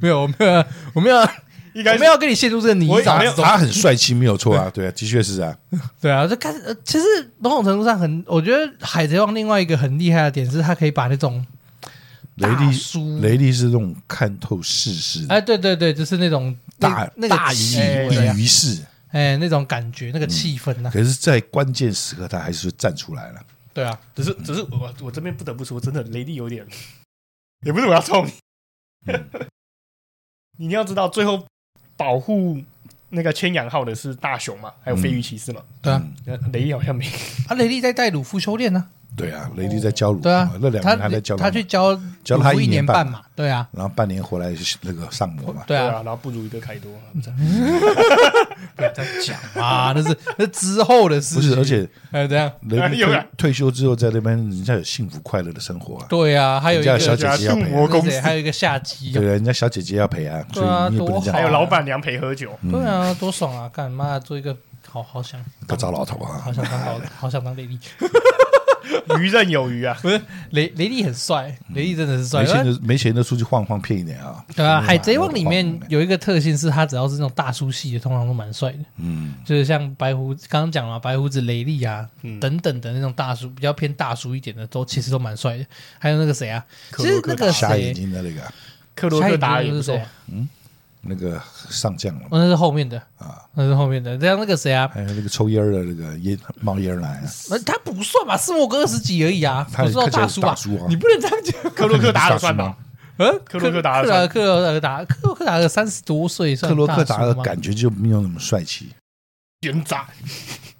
没有，我没有要，我没有要，
一
我
开始
没有要跟你陷入这个泥
我也
沼
没有
之中。
他很帅气，没有啊错啊，对啊，的确是啊，
对啊，就看，呃其实某种程度上很，我觉得《海贼王》另外一个很厉害的点是，他可以把那种
雷
大
利
叔
雷利是那种看透世事的
哎，对对对，就是那种
大
那那个
大
气
隐
对
氛，啊
隐于世，
哎，那种感觉，那个气氛呐，
可是，在关键时刻他还是站出来了。
对啊，
只是只是我我这边不得不说，真的雷利有点，也不是我要冲你，你一定要知道，最后保护那个千阳号的是大雄嘛，还有飞鱼骑士嘛，
对啊，
嗯
呃雷利好像没，
啊，雷利在带鲁夫修炼呢，
对啊，雷利在教鲁，
对啊
哦那两
他
年还在教鲁，
他去教
教
鲁
他
夫
一
年
年半
嘛，对啊，
然后半年回来是那个上魔嘛，
对
对
啊，
啊，然后不如一个凯多，
不要这样讲嘛，啊那是 那之后的事
不
情。
是，而且
还有这样，
人
哎有
退
啊
退休之后在那边，人家有幸福快乐的生活啊，
对啊，还有一
人家
个
有小姐姐要
对
陪
啊
啊，
我公司
对还有一个下级
对，啊，人家小姐姐要陪啊，所
对啊
以你也不能这
多好
还
样
有老板娘陪喝酒，
嗯
对啊，多爽啊！干妈做一个好好想，
不糟老头啊
好。想当 老，好想当雷利。
余任有余啊！
不是雷雷利很帅，雷利真的是帅啊
没。钱嗯就没钱就出去晃晃骗一点啊！
对啊，《
嗯
海贼王》里面
晃
有一个特性是，他只要是那种大叔系的，通常都蛮帅的。
嗯，
就是像白胡子，刚刚讲了白胡子雷利啊，等等的那种大叔，比较偏大叔一点的，都其实都蛮帅的。还有那个谁啊，
克
其
罗
实
克
那个
瞎
谁，
眼睛的那个
克罗克达
达
也
是
不
谁
错
啊？，
那个上将了嘛，
哦，那是后面的
啊，哎
那是后面的。像那个谁啊，
还有那个抽烟儿的那个烟冒烟儿男啊，
呃他不算吧，斯莫格二十几而已啊，
哎他
不是到大叔吧
看起来是大叔啊？
你不能这样 讲。
克罗克达尔算吧，
呃，
克洛克达尔
克
算
洛克洛克达尔，克洛克达尔三十多岁算
克罗克
大
达
叔
尔
吗
感觉就没有那么帅 气，
奸诈。
因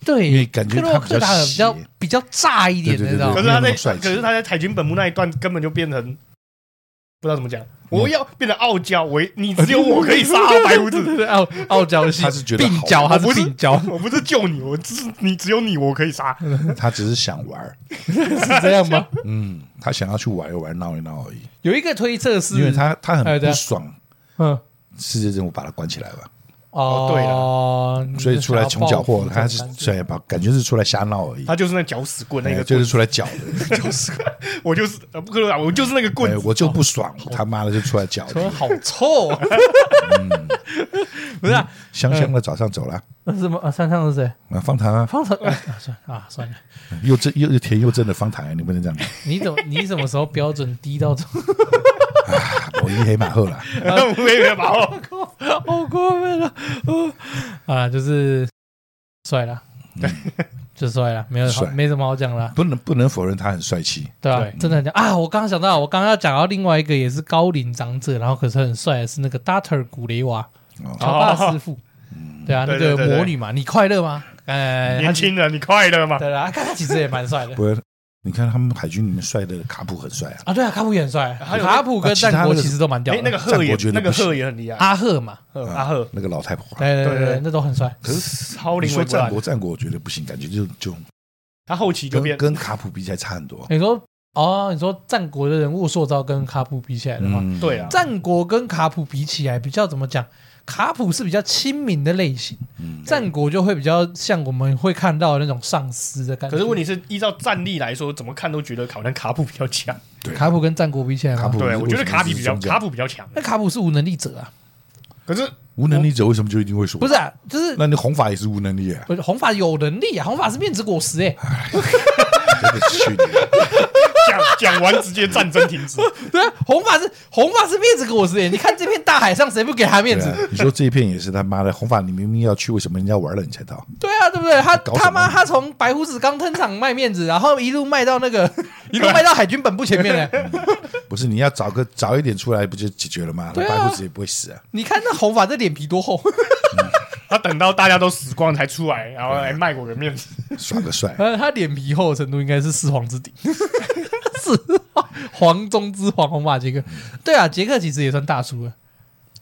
对，
为感觉
克洛
他比
克
较
达尔比较
邪
比较炸一点，
对
你知
对
道
可
吗
是？他
没有那
在，
么帅气
可是他在财经本部那一段根本就变成不知道怎么
嗯
讲，我要变得傲娇，我 你只有我可以杀啊白胡
对对
子，
对 傲傲娇系，
他是觉得
鬓
好
角，他
我
是
不是
鬓角，
我不是救你，我只是你只有你我可以杀，
他只是想玩儿，
是这样吗？
嗯，他想要去玩一玩、闹一闹而已，
有一个推测是，
因为他他
哎
很
对啊
不爽
嗯
世界政府把他关起来了，
哦，对了，
啊所以出来穷搅和，他哎 是
这
虽然把感觉是出来瞎闹而已，
他就是那搅屎棍那
哎
个，
就是出来搅的，
我就是呃克罗克达尔，我就是那个棍
哎
子，
我就不爽，他妈的就出来搅的，
好臭啊，
嗯
不是啊
香香的早上走了，
那什么啊？上上是谁？
啊，方糖啊，
方程啊，算啊算了，
又正又又甜又正的方糖，你不能这样讲，
你怎么你什么时候标准低到这？
哎我一黑马后了，
我也没有把握。
好过分了，哦啊，就是帅了，就帅了，没有好
帅
没什么好讲了。
不能不能否认他很帅气，
对啊，
对
真的很讲啊！我刚刚想到，我刚刚要讲到另外一个也是高龄长者，然后可是很帅的是那个 Dater 古雷娃，
哦
乔巴师傅，对啊，那
嗯对
个
对对对
魔女嘛，你快乐 吗？
哎
呃，
年轻人，你快乐吗
他其，？对啊，看他其实也蛮帅 的
不会，你看他们海军里面帅的卡普很帅啊，
啊，对啊，卡普也很帅，
还有
卡普跟战国其实都蛮屌
哎
的，，
那个赫也
我觉
那
得
个
不行啊
赫也很厉害，
阿赫嘛，
赫阿赫
那个老太婆啊，
对对
对
对
对，
那都很帅，
可是
超
你
龄
说
维
战
战
国，战国我觉得不行，感觉就就
他后期就
跟
变
跟卡普比起来差很多。
你说哦，你说战国的人物塑造跟卡普比起来的话，
嗯，
对啊，
战国跟卡普比起来，比较怎么讲？卡普是比较亲民的类型，
嗯
战国就会比较像我们会看到的那种丧尸的感觉。
可是问题是，依照战力来说，怎么看都觉得好像卡普比较强。
对
卡普跟战国比起来吗
卡普
对，我觉得卡比比较
为什么是中间
卡普比较强。
那卡普是无能力者啊，
可是
无能力者为什么就一定会输？
不是，啊，就是
那你红发也是无能力啊！
不是红发有能力啊，红发是面子果实哎、
真的去你！
讲讲完直接战争停止，
对啊，红发是红发是面子果实哎、你看这片大海上谁不给他面
对
子？
啊，你说这一片也是他妈的红发，你明明要去，为什么人家玩了你才到？
对啊，对不对？他
搞什么
他妈他从白胡子刚登场卖面子，然后一路卖到那 个一路卖到海军本部前面嘞、
不是你要找个早一点出来，不就解决了吗？
对啊
白胡子也不会死啊！
你看那红发这脸皮多厚，
他等到大家都死光才出来，然后来卖我个面子。
耍 个帅，
呃，他脸皮厚的程度应该是四皇之顶， 四皇黄中之黄红发杰克。对啊，杰克其实也算大叔了，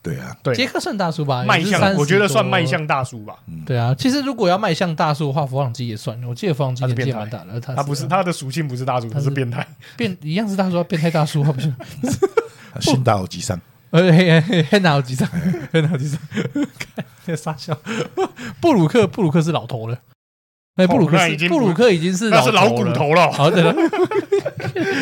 对啊，
对，
杰克算大叔吧？
卖
也是30
相，我觉得算卖
多
相大叔吧。
对啊，其实如果要迈向大树的话，佛朗机也算。我记得佛朗机年纪也蛮大的，他
他不是他的属性不是大叔，他
是
是变态。
变一样是大叔，变态大叔，好不是？
新啊大奥吉桑，
呃，黑黑黑拿有几张，
哎
黑拿有几 张，看这傻笑。 布鲁克，布鲁克是老头了，哎，布鲁克
哦那已
是
经
布
不
鲁克已经是
那是
老
老骨
了。哦
头了，
好的，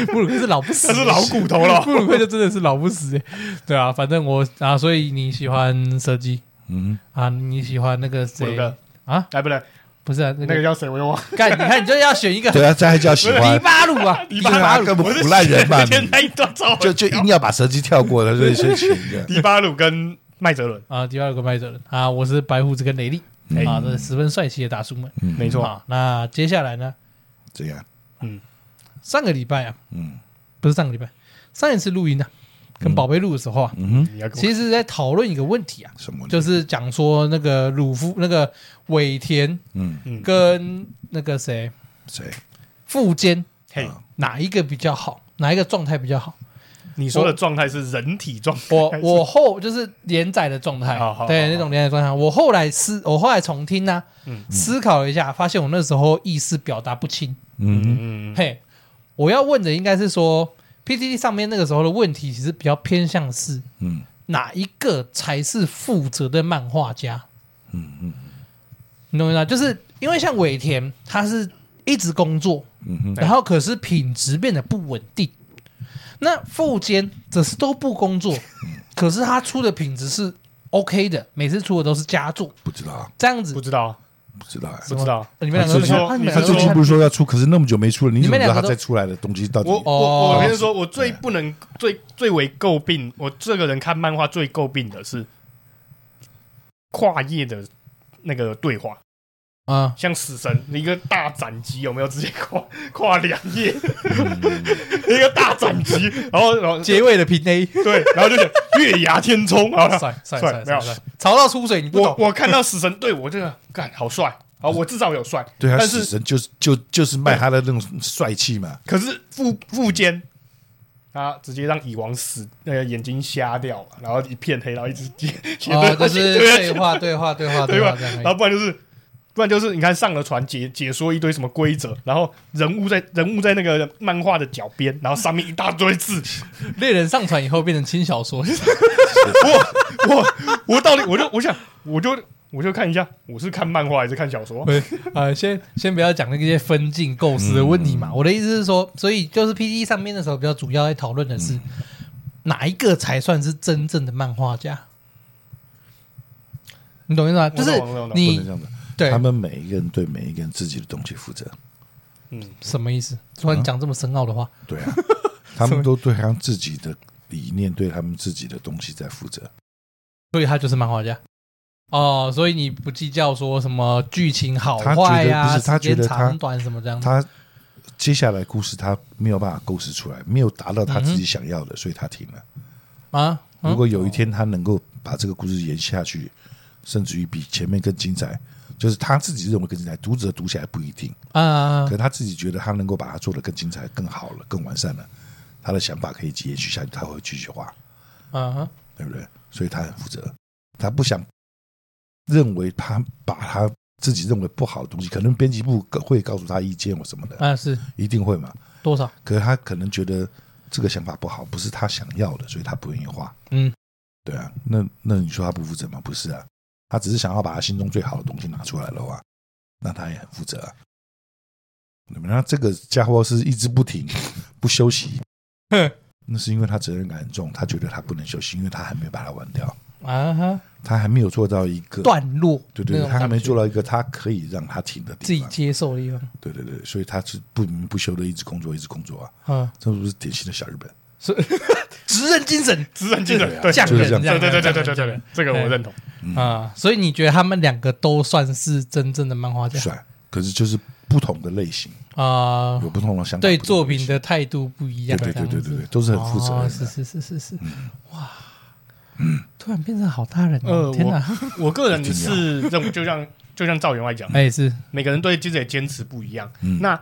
布鲁克是老不死，
那是老骨头了
布。鲁克就真的是老不死、欸，对啊，反正我啊，所以你喜欢射击
嗯，
啊，你喜欢那个
布鲁
谁
克
啊？
哎，不对，
不是啊，那
那个
个
叫谁？我又忘了。
干，你看你就要选一个
对啊，这还叫喜
迪
欢？
巴鲁啊，
迪
对
巴
啊
鲁，
根
我
本
是
腐烂人嘛！
前
你
那一段超好
就就
笑
硬要把蛇姬跳过了，所以先选一个。
迪巴鲁跟麦哲伦，
啊，第二个麦哲人啊，我是白胡子跟雷利、
哎
啊，这是十分帅气的大叔们。
嗯
没错
啊，那接下来呢？
这样，
上个礼拜啊，
嗯
不是上个礼拜，上一次录音啊，跟宝贝录的时候啊，
嗯哼，
你要跟我
其实在讨论一个问题啊，
什么？
就是讲说那个鲁夫、那个尾田
嗯，
嗯
跟那个谁
谁？
富坚
嘿，
哪一个比较好，哪一个状态比较好？
你说的状态是人体状态，
我我后就是连载的状态
好好，好
对
好
那种连载状态。我后来思，我后来重听呢、
嗯
思考了一下，发现我那时候意思表达不清。
嗯，
嗯，
嘿，我要问的应该是说，PTT 上面那个时候的问题，其实比较偏向是，
嗯，
哪一个才是负责的漫画家？嗯嗯，你懂我意思吗？就是因为像尾田，他是一直工作，
嗯哼，
对
然后可是品质变得不稳定。那富坚则是都不工作，可是他出的品质是 OK 的，每次出的都是佳作，
不知道啊，
这样子
不。知道啊，
不知道啊。
不知道啊。
你们两个
他
都
最
没看
近
啊你们
他
他
两个都
最
没
近
看
不是说要出，可是那么久没出了，你怎么知
你
道
们两个
他
都
再出来的东西到底
我？我
哦
我跟你说，我最不能最最为诟病，我这个人看漫画最诟病的是跨页的那个对话，
啊，
像死神一个大斩击有没有直接跨跨两页， 一个大斩击，然后然后
嗯 结尾的平 A，
对，然后就写月牙天冲啊，
帅帅
帅
帅
没有
帅帅，潮到出水你不
我
懂，
我看到死神对我这个干好帅啊，我至少有帅，
对啊，
但
死
是
神就是就就是卖他的那种帅气嘛。
可是副副监他直接让蚁王死，那个眼睛瞎掉嘛，然后一片黑，然后一直 接接
哦，就
对啊
是对话对话对话
对
话
吧
这？
然
样而已。
后不然就是。不然就是你看上了船解解说一堆什么规则，然后人物在人物在那个漫画的脚边，然后上面一大堆字，
猎人上传以后变成轻小说，
我我我到底我就我想我就我就看一下，我是看漫画还是看小说？
对啊，先先不要讲那些分镜构思的问题嘛。
嗯
我的意思是说，所以就是 P D 上面的时候比较主要在讨论的是、
嗯
哪一个才算是真正的漫画家，你懂意思吗？就
懂
是
我懂我懂
不能
你
这样子，
对
他们每一个人对每一个人自己的东西负责。
嗯，
什么意思？突然讲这么深奥的话，
对 啊，他们都对他们自己的理念，对他们自己的东西在负责。
所以他就是漫画家。哦，所以你不计较说什么剧情好
他觉
坏
得
呀、
不是他
时间
觉得他
长短什么这样子，
他接下来故事他没有办法构思出来，没有达到他自己想要的，所以他停了。
啊？嗯
如果有一天他能够把这个故事延下去，甚至于比前面更精彩，就是他自己认为更精彩，读者读起来不一定，
啊啊，啊
可他自己觉得他能够把它做得更精彩、更好了、更完善了，他的想法可以延续下去，他会继续画，
嗯哼，
对不对？所以他很负责，他不想认为他把他自己认为不好的东西，可能编辑部会告诉他意见或什么的，
啊是
一定会嘛。
多少？
可是他可能觉得这个想法不好，不是他想要的，所以他不愿意画。
嗯，
对啊，那那你说他不负责吗？不是啊，他只是想要把他心中最好的东西拿出来了啊，那他也很负责啊。你们那这个家伙是一直不停 不休息，
哼
那是因为他责任感很重，他觉得他不能休息，因为他还没有把它完掉，
啊哈，
他还没有做到一个，
段落，
对对
那
对，
种
他还没
感觉
做到一个他可以让他停的
自
地
己
方，
接受的地方，
对对对，所以他是不眠不休的一直工作，一直工作啊，
嗯，
这不是典型的小日本。
职人精神
直人精神，
对啊
对，
匠
就是
人
这样，
对对对对对对对，这个我认同。
啊，所以你觉得他们两个都算是真正的漫画家
帅，可是就是不同的类型，
啊？
有不同的想法，
对
不同
作
的类
品
型
的态度不一
对
样，这
对对对
样子
对对，都是很负责
哦
任
是
的。嗯
是是是是，哇，突然变成好大人
呃
哦，天哪！
我个 人是认为，就像就像赵员外讲，
哎是，
每个人对自己的坚持不一样。
嗯
那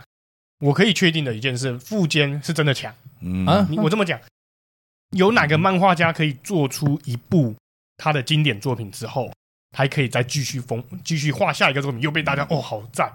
我可以确定的一件事，富坚是真的强。
嗯
啊
你我这么讲，有哪个漫画家可以做出一部他的经典作品之后，还可以再继续封继续画下一个作品，又被大家
嗯
哦好赞？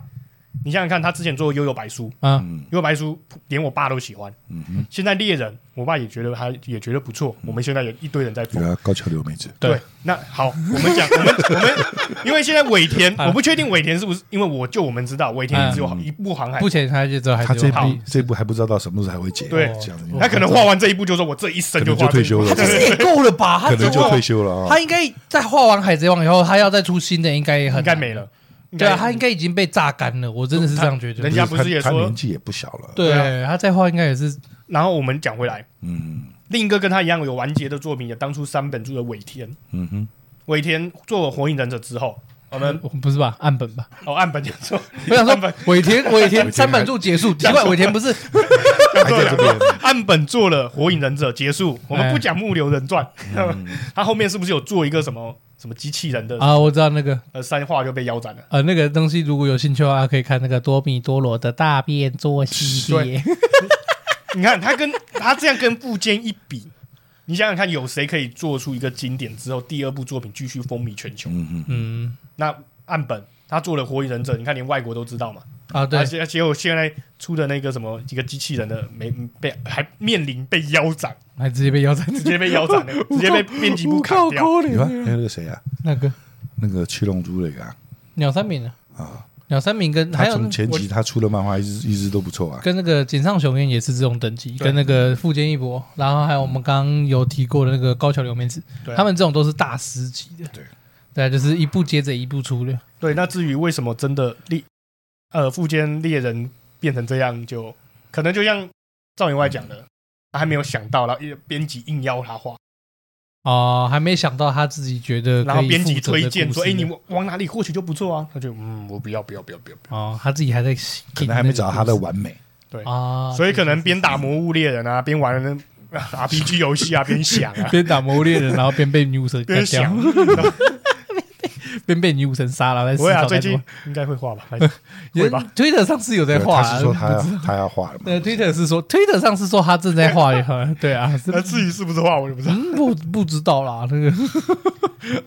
你想想看，他之前做《悠悠白书》，《
啊
嗯
悠悠白书》连我爸都喜欢。
嗯哼，嗯
现在猎人，我爸也觉得他也觉得不错。我们现在有一堆人在
对
疯。
啊，高桥留美子，
对，那好，我们讲，我们我们，因为现在尾田，
啊
我不确定尾田是不是，因为我就我们知道尾田只有一部航
嗯
海
不，前他就知道还
他
是
这
有
好
部这部还不知道到什么时候才会结，
对
这样子，
他可能画完这一部就说，我这一生
可能
画
就
这一
退
部
休了，
其实也够了吧？他
可
只
能就
画
退休了啊
他。应该在画完《海贼王》以后，他要再出新的，应该也很
应该没了。应
对
该
啊，他应该已经被榨干了，我真的是这样觉得
人。家不是
他
也
他
说
年纪也不小了，
对
对啊
他再画应该也是
然后我们讲回来，
嗯
另一个跟他一样有完结的作品，也当初三本柱的尾田，
嗯哼，
尾田做了火影忍者之后，我们
不是吧？岸 本吧？
哦岸本就说，
嗯我想
嗯岸本
说，尾 田尾
尾
田
田
三本柱结 束，奇怪，尾田不是
还在
啊
这边，
岸本做了火影忍者结束，我
嗯
们不讲木流人传，
嗯
他后面是不是有做一个什么什么机器人的
啊？我知道那个
呃三话就被腰斩了？
呃那个东西，如果有兴趣的话，可以看那个多米多罗的大便做系列。
你看他跟他这样跟步间一比，你想想看，有谁可以做出一个经典之后，第二部作品继续风靡全球？
嗯嗯，
嗯
那岸本他做了《火影忍者》，你看连外国都知道嘛。
啊，对
而，且结果现在出的那个什么一个机器人的没被还面临被腰斩，
还直接被腰斩，
直接被腰斩了，直接 被编辑部砍掉。
有啊，还有那个谁啊，
那个
那个七龙珠那个啊，
鸟山明啊，
啊
鸟山明跟还
他
有
从前期他出的漫画一直一直都不错啊，
跟那个井上雄彦也是这种等级，
对
跟那个富坚义博，然后还有我们刚刚有提过的那个高桥留美子
对，啊
他们这种都是大师级的。
对，
对，就是一步接着一步出的。
对，那至于为什么真的猎呃富坚猎人变成这样，就可能就像赵员外讲的，他还没有想到，然后一编辑硬要他画，
哦，还没想到他自己觉得可以
然后编辑
负责的
推荐
故事
说：“哎、你往哪里获取就不错啊。”他就嗯，我不要，不要，不要，不要。不
哦，他自己还在
可能还没找到他的完美。
对
啊
要，所以可
对
能边打《魔物猎人》啊，边玩那 RPG 游戏 啊，边想啊，
边打魔物猎人，然后边被女武神干
边
掉
想，。
边被女武神杀了。在
不会啊，
思考
最
太
近
多
应该会画 吧？还
有
会吧？
推特上次有在
对
画
他
啊，
是说他
不
要
知道
他要画了嘛？
呃推特是说推特上是说他正在画一画，对啊，是
那至于是不是画，我就不知 道。
嗯，不不知道啦，那个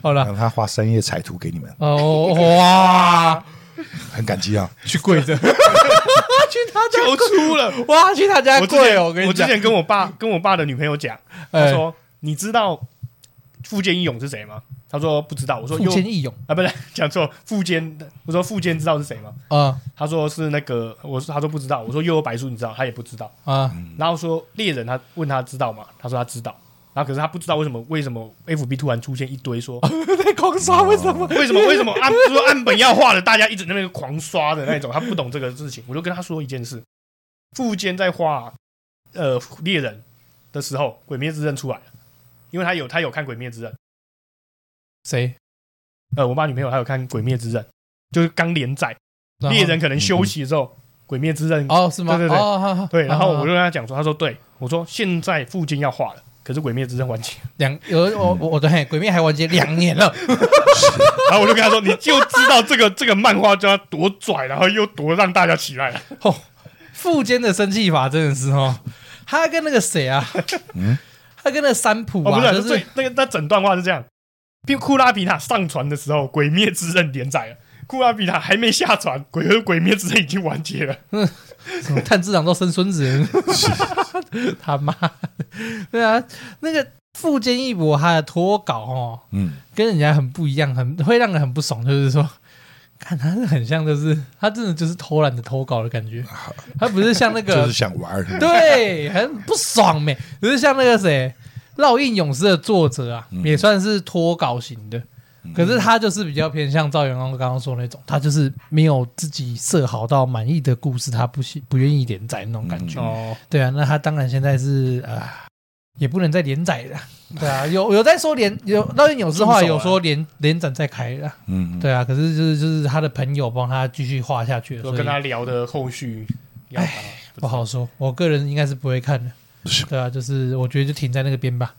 好了，
让他画三页彩图给你们，
哦哇，
很感激啊。
去跪 着，去他家
求出了，
跪，哇，去他家
我之
跪哦，
前
我跟你
我之
讲，
前跟我爸跟我爸的女朋友讲，他
哎
说：“你知道富坚义勇是谁吗？”他说：“不知道。”我说：“
富
又
坚义勇
啊，不对，讲错，富坚。”我说：“富坚知道是谁吗？”
啊
他说是那个，我说他说不知道，我说又有白书你知道，他也不知道。
啊
然后说猎人他问他知道吗？他说他知道。然后可是他不知道为什么为什么 FB 突然出现一堆说
在狂刷，为什么？
为什么为什么按说岸本要画的，大家一直在那边狂刷的那种，他不懂这个事情。我就跟他说一件事：富坚在画呃猎人的时候，《鬼灭之刃》出来了，因为他有他有看《鬼灭之刃》，
谁？
呃，我妈女朋友还有看《鬼灭之刃》，就是刚连载
然后嗯
猎人可能休息的时候，鬼灭之刃》
哦是吗？
对对对
哦好好
对，然后我
好
就
好
跟他讲说，他说对，我说现在附近要画了，可是《鬼灭之刃》完结，
两有我我我的嘿，鬼灭还完结两年了，
然后我就跟他说，你就知道这个这个漫画就要多拽，然后又多让大家起来了。
哦，富坚的生气法真的是哦，他跟那个谁啊，他跟那个三浦
嗯哦，不
啊，就
是，最
是
那个那整段话是这样：，比库拉皮塔上传的时候，《鬼灭之刃》连载了。库拉皮塔还没下传，《鬼鬼灭之刃》已经完结了。
什 么炭治郎都生孙 子，他妈的，对啊，那个富坚义博他的脱稿哦，
嗯，
跟人家很不一样，很会让人很不爽，就是说。看，他是很像，就是他真的就是偷懒的偷稿的感觉，他不是像那
啊就
个
是想玩 儿。
对，很不爽没、只是像那个谁，《烙印勇士》的作者啊，
嗯
也算是脱稿型的，可是他就是比较偏向赵元刚刚刚说的那种，他就是没有自己设好到满意的故事，他不喜不愿意连载那种感觉。
哦，
对啊，那他当然现在是啊。也不能再连载了，对啊，有有在说连有《烙印勇士》话
嗯住手啊
有
了
说连连载再开了，
嗯，
对啊，可是就是就是他的朋友帮他继续画下去了，
就
所以哎
跟他聊的后续要干嘛知
不
道
好说，我个人应该是不会看的。对啊，就是我觉得就停在那个边吧。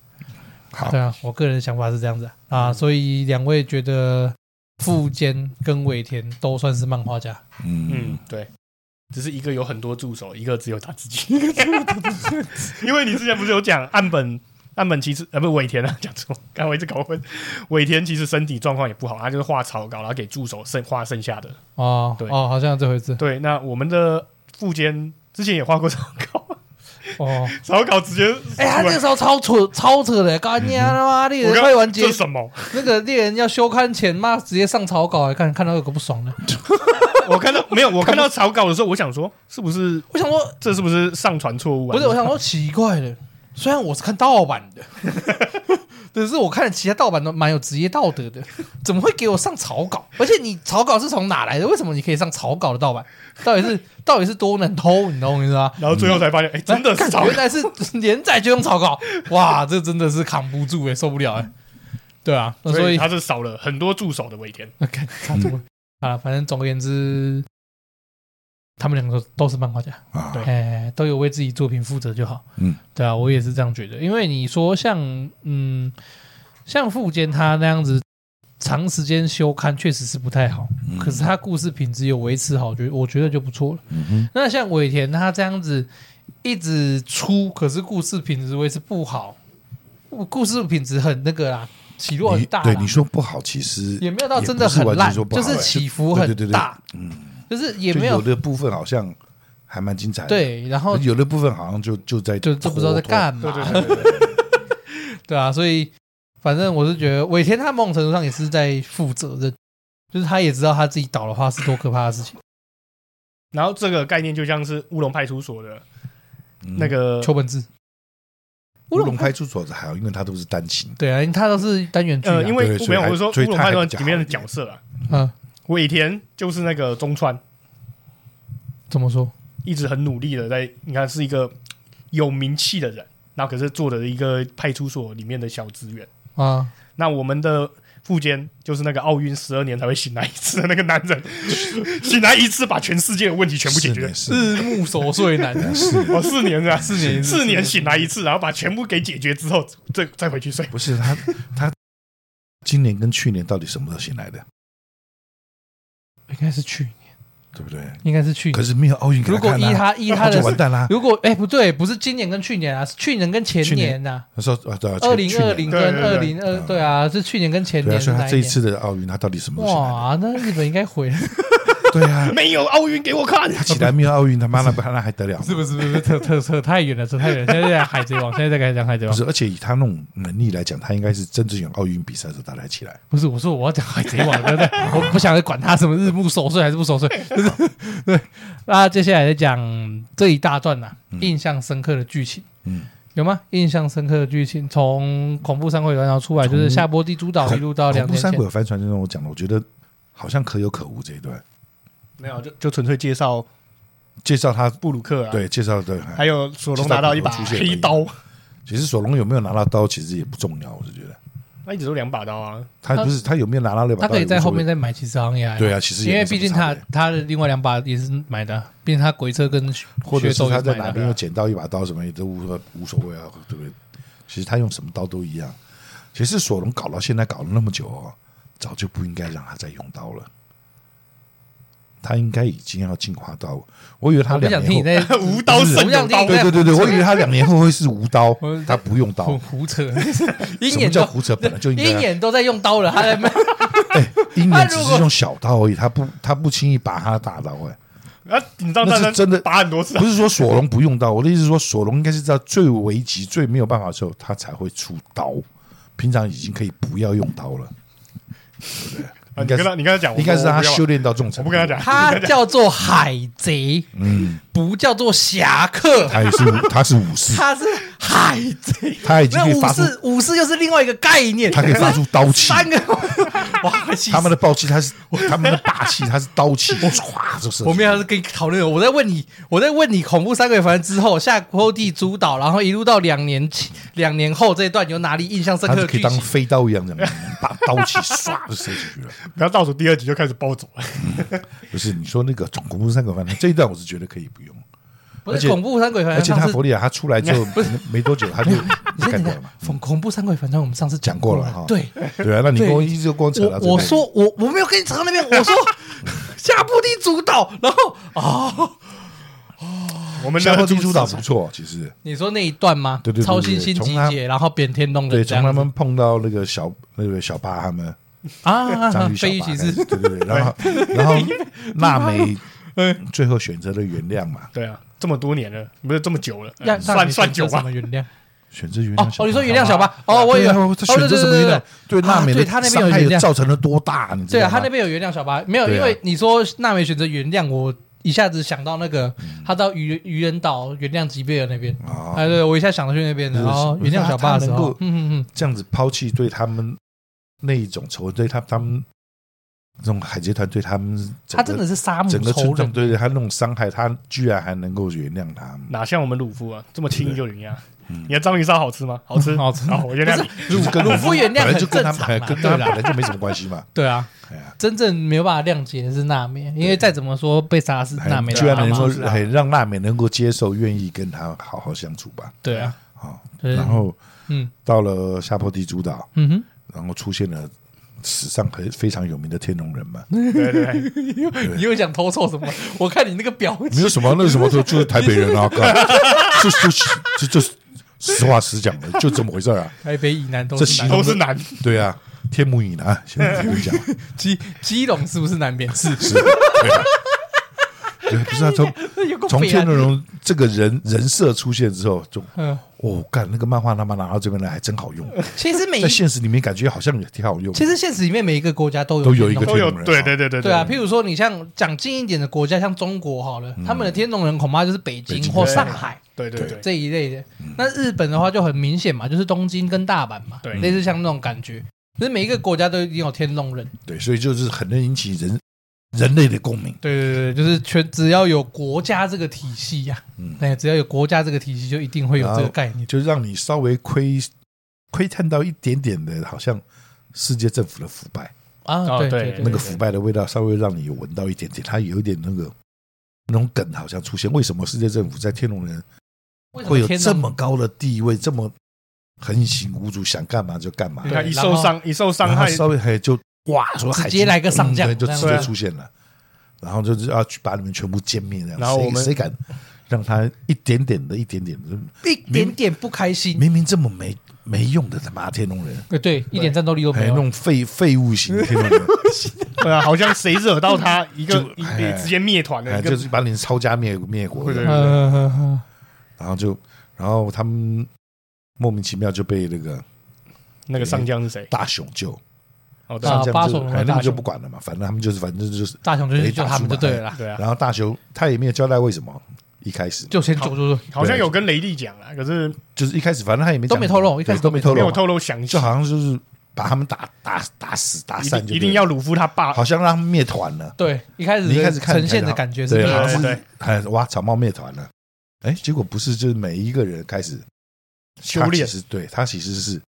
好
对，啊，我个人的想法是这样子啊。
嗯
啊所以两位觉得富坚跟尾田都算是漫画家，
嗯
嗯，，
对，只是一个有很多助手，一个只有他 自己。因为你之前不是有讲岸本岸本其实呃不是尾田啊，讲 错，刚才我一直搞混。尾田其实身体状况也不好，他就是画草稿，然后给助手剩画剩下的。
哦
对
哦，好像有这回事
对，那我们的副监之前也画过草稿，
哦。
草稿直接
哎、他那
出来
个时候超扯超扯的，干你啊他妈猎
嗯
人
我刚
快完结
这，什么？
那个猎人要休刊前，妈直接上草稿来哎看，看到有个不爽的，
我看到没有？我看到草稿的时候，我想说是不是
我想说
这是不是上传错误啊？
不是，我想说奇怪的，虽然我是看盗版 的，可是我看了其他盗版都蛮有职业道德的，怎么会给我上草稿？而且你草稿是从哪来的？为什么你可以上草稿的盗版？到底是到底是多能偷？你懂我意思吗？
然后最后才发现，哎，真的是草稿
原。来是 连载就用草稿，哇，这真的是扛不住哎、受不了哎、对啊，那所
所以
以
他嗯是少了很多助手的尾田。
看差不多啊，反正总而言之，他们两个都是漫画家。
啊，
对
哎，都有为自己作品负责就好。
嗯，
对啊，我也是这样觉得。因为你说像嗯，像富坚他那样子长时间休刊，确实是不太好。
嗯
可是他故事品质有维持好，觉得我觉得就不错了。
嗯哼，
那像尾田他这样子一直出，可是故事品质维持不好，故事品质很那个啦，起落很
你
大啦。
对你说不好，其实
也没有到
不
真的
是
很
完全
烂，
说不
就
好
是
哎
起伏很
对对对对
大，
嗯，
就是也
就
没有
有的部分好像还蛮精彩的，，
对，然后
有的部分好像就就在
就就不知道在
拖
干嘛，
对对对对对，
对啊，所以反正我是觉得尾田他某种程度上也是在负责任，就是他也知道他自己倒的话是多可怕的事情。
然后这个概念就像是乌龙派出所的
嗯
那个
邱本志，
乌龙派出所的还好，因为他都是单行，
对啊，因为他都是单元剧、啊，
呃，因为
对所以
没有，
还
我是说
所以
乌龙
他
派
还
出所
比较
里面的
好一点
角色啊，
嗯，
尾田就是那个中川，
怎么说？
一直很努力的在，你看是一个有名气的人，那可是做的一个派出所里面的小职员。
啊，
那我们的副监就是那个奥运十二年才会醒来一次的那个男人，醒来一次把全世界的问题全部解决。
是
日暮守 岁难，
呢是呢
哦，四年是吧？
四年一次
四年醒来一次，然后把全部给解决之后，再再回去睡。
不是他他今年跟去年到底什么时候醒来的，
应该是去年，
对不对？
应该是去
可
年。
是没有奥运给
如
他
果
看
依
啊，
他依
那
他的
就，完蛋啦。
如果哎不对，不是今年跟去年啊，是去年跟前
去年
年呐、啊，
他说啊，对啊，
二零二
去
零
年
跟二
对对
零二，对啊，是去年跟前
对啊，
年是
所以
哪
他
一
这一
年？
次的奥运，他到底什么时候醒来
哇，那日本应该毁了，
的？对啊，
没有奥运给我看，
他起来没有奥运，他妈那不那还得了吗？
是不是？不是扯扯扯太远了，扯太远了。现在在讲海贼王，现在在开始讲海贼
不
王。
是，而且以他那种能力来讲，他应该是真正有奥运比赛的时候他才起来。
不是，我说我要讲海贼王，对 不对？我不想再管他什么日暮守岁还是不守岁，就是对。那接下来再讲这一大段呐、啊印象深刻的剧情
嗯，
有吗？印象深刻的剧情，从恐怖三国然后出来，就是下波地主岛一路到哦两
恐怖
天
三
前
国，有帆船，就像我讲的，我觉得好像可有可无这一段。
没有就就纯粹介绍
介绍他，
布鲁克啊，，
对，介绍对，
还有索隆拿到一把
介绍布鲁克出现
黑刀，
其实索隆有没有拿到刀，其实也不重要，我是觉得
那一直都两把刀啊，
他不是他有没有拿到那把
他
刀
可
也
以
无所谓，
在后面再买，其实好像也还好
对啊，其实也
因为
没什么
毕竟
差
他
别
他的另外两把也是买的，啊毕竟他鬼车跟血
或者
血
是
斗也
他
是
在
买
哪
的。啊
边又捡到一把刀什么也都无无所谓啊，对不对？其实他用什么刀都一样。其实索隆搞到现在搞了那么久、哦，早就不应该让他再用刀了。他应该已经要进化到，我以为他
我不
两
想
年
听
后
你，在
无刀胜有刀
不。
对对对对，我以为他两年后会是无刀
我，
他不用刀
胡。胡 扯，鹰
什么
眼
叫
都
胡扯？本来就应
鹰
该啊，
眼都在用刀了，他在卖
鹰
他
眼
如
只
果
是用小刀而已，他不他不轻易拔他的大刀 哎。
啊，你知道
那
战
是
争
真的
打很多次啊
不，是说索隆不用刀，我的意思是说，索隆应该是在最危急、最没有办法的时候，他才会出刀。平常已经可以不要用刀 了，
啊你
应该是
跟他你跟他讲，我
应该是
我
他
不要
修炼到这种程
我
度。
不跟他，讲，
他叫做海贼，
嗯，
不叫做侠客，
他也是武，他是武 士，
他是海贼。
他已经
那
可以
武
发出，
士武士又是另外一个概念，
他可以发出刀气。
三 个 哇，气死
他们的暴气，他是他们的霸气，他是刀气，唰就是。
我们要是跟你讨论，我在问你，我在问你，恐怖三鬼反正之后下坡地主岛，然后一路到两年前两年后这一段有哪里印象深
他
刻
就
的
可以
剧
当
情？
飞刀一样，这样 把刀气唰就射出去了。
不要倒数第二集就开始暴 走了。
不是你说那个恐怖三角反正这一段我是觉得可以 不用，
不
而
是
且
恐怖三鬼反
而
正
且
上
他
次
佛利亚他出来之后没多久他就
你先
干
等
掉
等
了嘛，，
恐恐怖三鬼反正我们上次
讲
过
过了哈。
对，
对啊，那你
对
跟我一直跟我扯到这
我
边
我说我我没有跟你扯到那边， 我说下部地主岛，然后啊，
我们的
夏洛基主
啊
导不错，其实
你说那一段吗？
对对对对
超新星集
从他
结，然后扁天弄
对，
人这
从
样
他
子
们碰到那个小那个小巴他们
啊啊，啊
章鱼 小
飞鱼
巴
骑
开
士
始，对对对，然后然后娜美
哎
最后选择了原谅嘛，
对啊，这么多年了，不是这么久了，呃
要让
算
你
算
选
久
择
吧
什。么原谅？
选 择原
哦
谅
哦，
小巴
你说原谅小巴？哦，我以为
对啊我
哦
他选择
对对
什么
对
原
对
谅？对娜美
啊对
的
他那边有
伤害
原谅
造成了多大？你知
对
道
啊，
吗
他那边有原谅小巴，没有，
对啊
因为你说娜美选择原谅，我一下子想到那个
嗯
他到愚愚人岛原谅吉贝尔那边，
啊，
哎，对我一下想到去那边，
就是
然后原谅小巴的时
他能
候
够，
嗯嗯嗯，
这样子抛弃对他们那一种仇恨，对他他们这种海贼团对他们整个，
他真的是杀母
整个
仇
村
人
长，对他那种伤害，他居然还能够原谅他们。
哪像我们鲁夫啊，这么轻易就原谅
嗯？
你的章鱼烧好吃吗？好 吃，
好吃
好，我原谅你。
鲁
就是跟
鲁夫原谅
本来就
很正
跟他
常
们哎
啦，
跟
对啊
他本
啦，
来就没什么 关系嘛。
对啊，
哎呀，
真正没有办法谅解的是娜美，因为再怎么说被杀的是娜美
哎居
的
然
妈
能
妈，
够
是啊
很让娜美能够接受，愿意跟他好好相处吧。
对啊，
啊，
对
然后
嗯
到了下坡地主岛，
嗯哼，
然后出现了史上很非常有名的天龙人嘛，
对对对，
你又你又想偷臭什 么？我看你那个表
没
情
有，什么，那是什么，就就是台北人啊，干就就就就实话实讲的，就这么回事儿啊。
台北以南都
这
是
形
南
容
都是男，
对啊，天母以南，现在跟你讲，
基基隆是不是 南边？是，
是，对啊，对，不是啊，从
有个
从
北岸
天龙人这个人人设出现之后，就
嗯，
哦，干那个漫画他妈拿到这边来还真好用，
其实每一
在现实里面感觉好像也挺好用，
其实现实里面每一个国家都有
都有一个
天龙
都有对对
天龙人啊
对对
对啊，譬如说你像讲近一点的国家，像中国好了，他们的天龙人恐怕就是北
嗯北
京
京嗯
或
对
上海
对对对，
这一类的。那日本的话就很明显嘛，就是东京跟大阪嘛，
对
类似像那种感觉。就是每一个国家都一定有天龙人，
对，所以就是很能引起人人类的共鸣。
对对对，就是全只要有国家这个体系呀、
嗯
对，只要有国家这个体系，就一定会有这个概念。
就让你稍微窥窥探到一点点的，好像世界政府的腐败，
啊，
哦
对
对
对，
那个腐败的味道稍微让你闻到一点点，它有一点那个那种梗好像出现。为什么世界政府在天龙人会有这么高的地位，这么横行无阻，想干嘛就干嘛
你？
对
看一
然后
受伤一受伤
然后
害，
稍微还就哇，说
直
海
接来个上将
嗯对就
这
直接
样啊
出现了，然后就是要去把你们全部歼灭这样。
然后
谁
我们
谁敢让他一点点的、一点点的，
一点点不开心？呃
明明这么没没用的他妈天龙人。
对对，一点战斗力都
哎，
没有。
那 种废废物型天龙人，
对啊，好像谁惹到 他，一个
就
一
哎
直接灭团的
哎，
一个
就是把你抄家灭灭国的
对，对
嗯嗯嗯
然后就，然后他们莫名其妙就被那个
那个
哎
上将是谁？
大雄救，
哦，对
啊
上
啊，
将
巴
就
索隆的大
哎那个就
雄
不管了嘛，反正他们就是反正就是，
大雄就是
没
救
打
他们
出
就对
来
了啦，
对啊，
然后大雄他也没有交代为什么一开始
就先救救救。
好像有跟雷利讲啊了，可是
就是一开始反正他也没
都
讲
没透露
对
一开始
都
都
没
没
透
没
露
有
嘛，
透露详细
就，好像就是把他们打打打死打
一
散
定
就对了，
一定要鲁夫他爸
好像让他们灭团了。
对，一开始
你一开始看
呈现的感觉是
对，
这
对
样
好像
对
是
对
哎哇草帽灭团了，哎，结果不是，就是每一个人开始
修炼
他其实对他其实是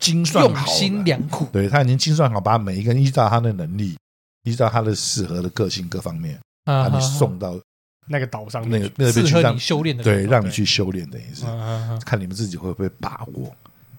精算
用
好了
心良苦。
对他已经精算好，把每一个人依照他的能力，依照他的适合的个性各方面，把
啊
你送到
那个岛上
那
面
个
去，
那边
适
去
合
让
你修炼的
对
人。
让你去修炼，等于是
嗯嗯嗯
看你们自己会不会把握，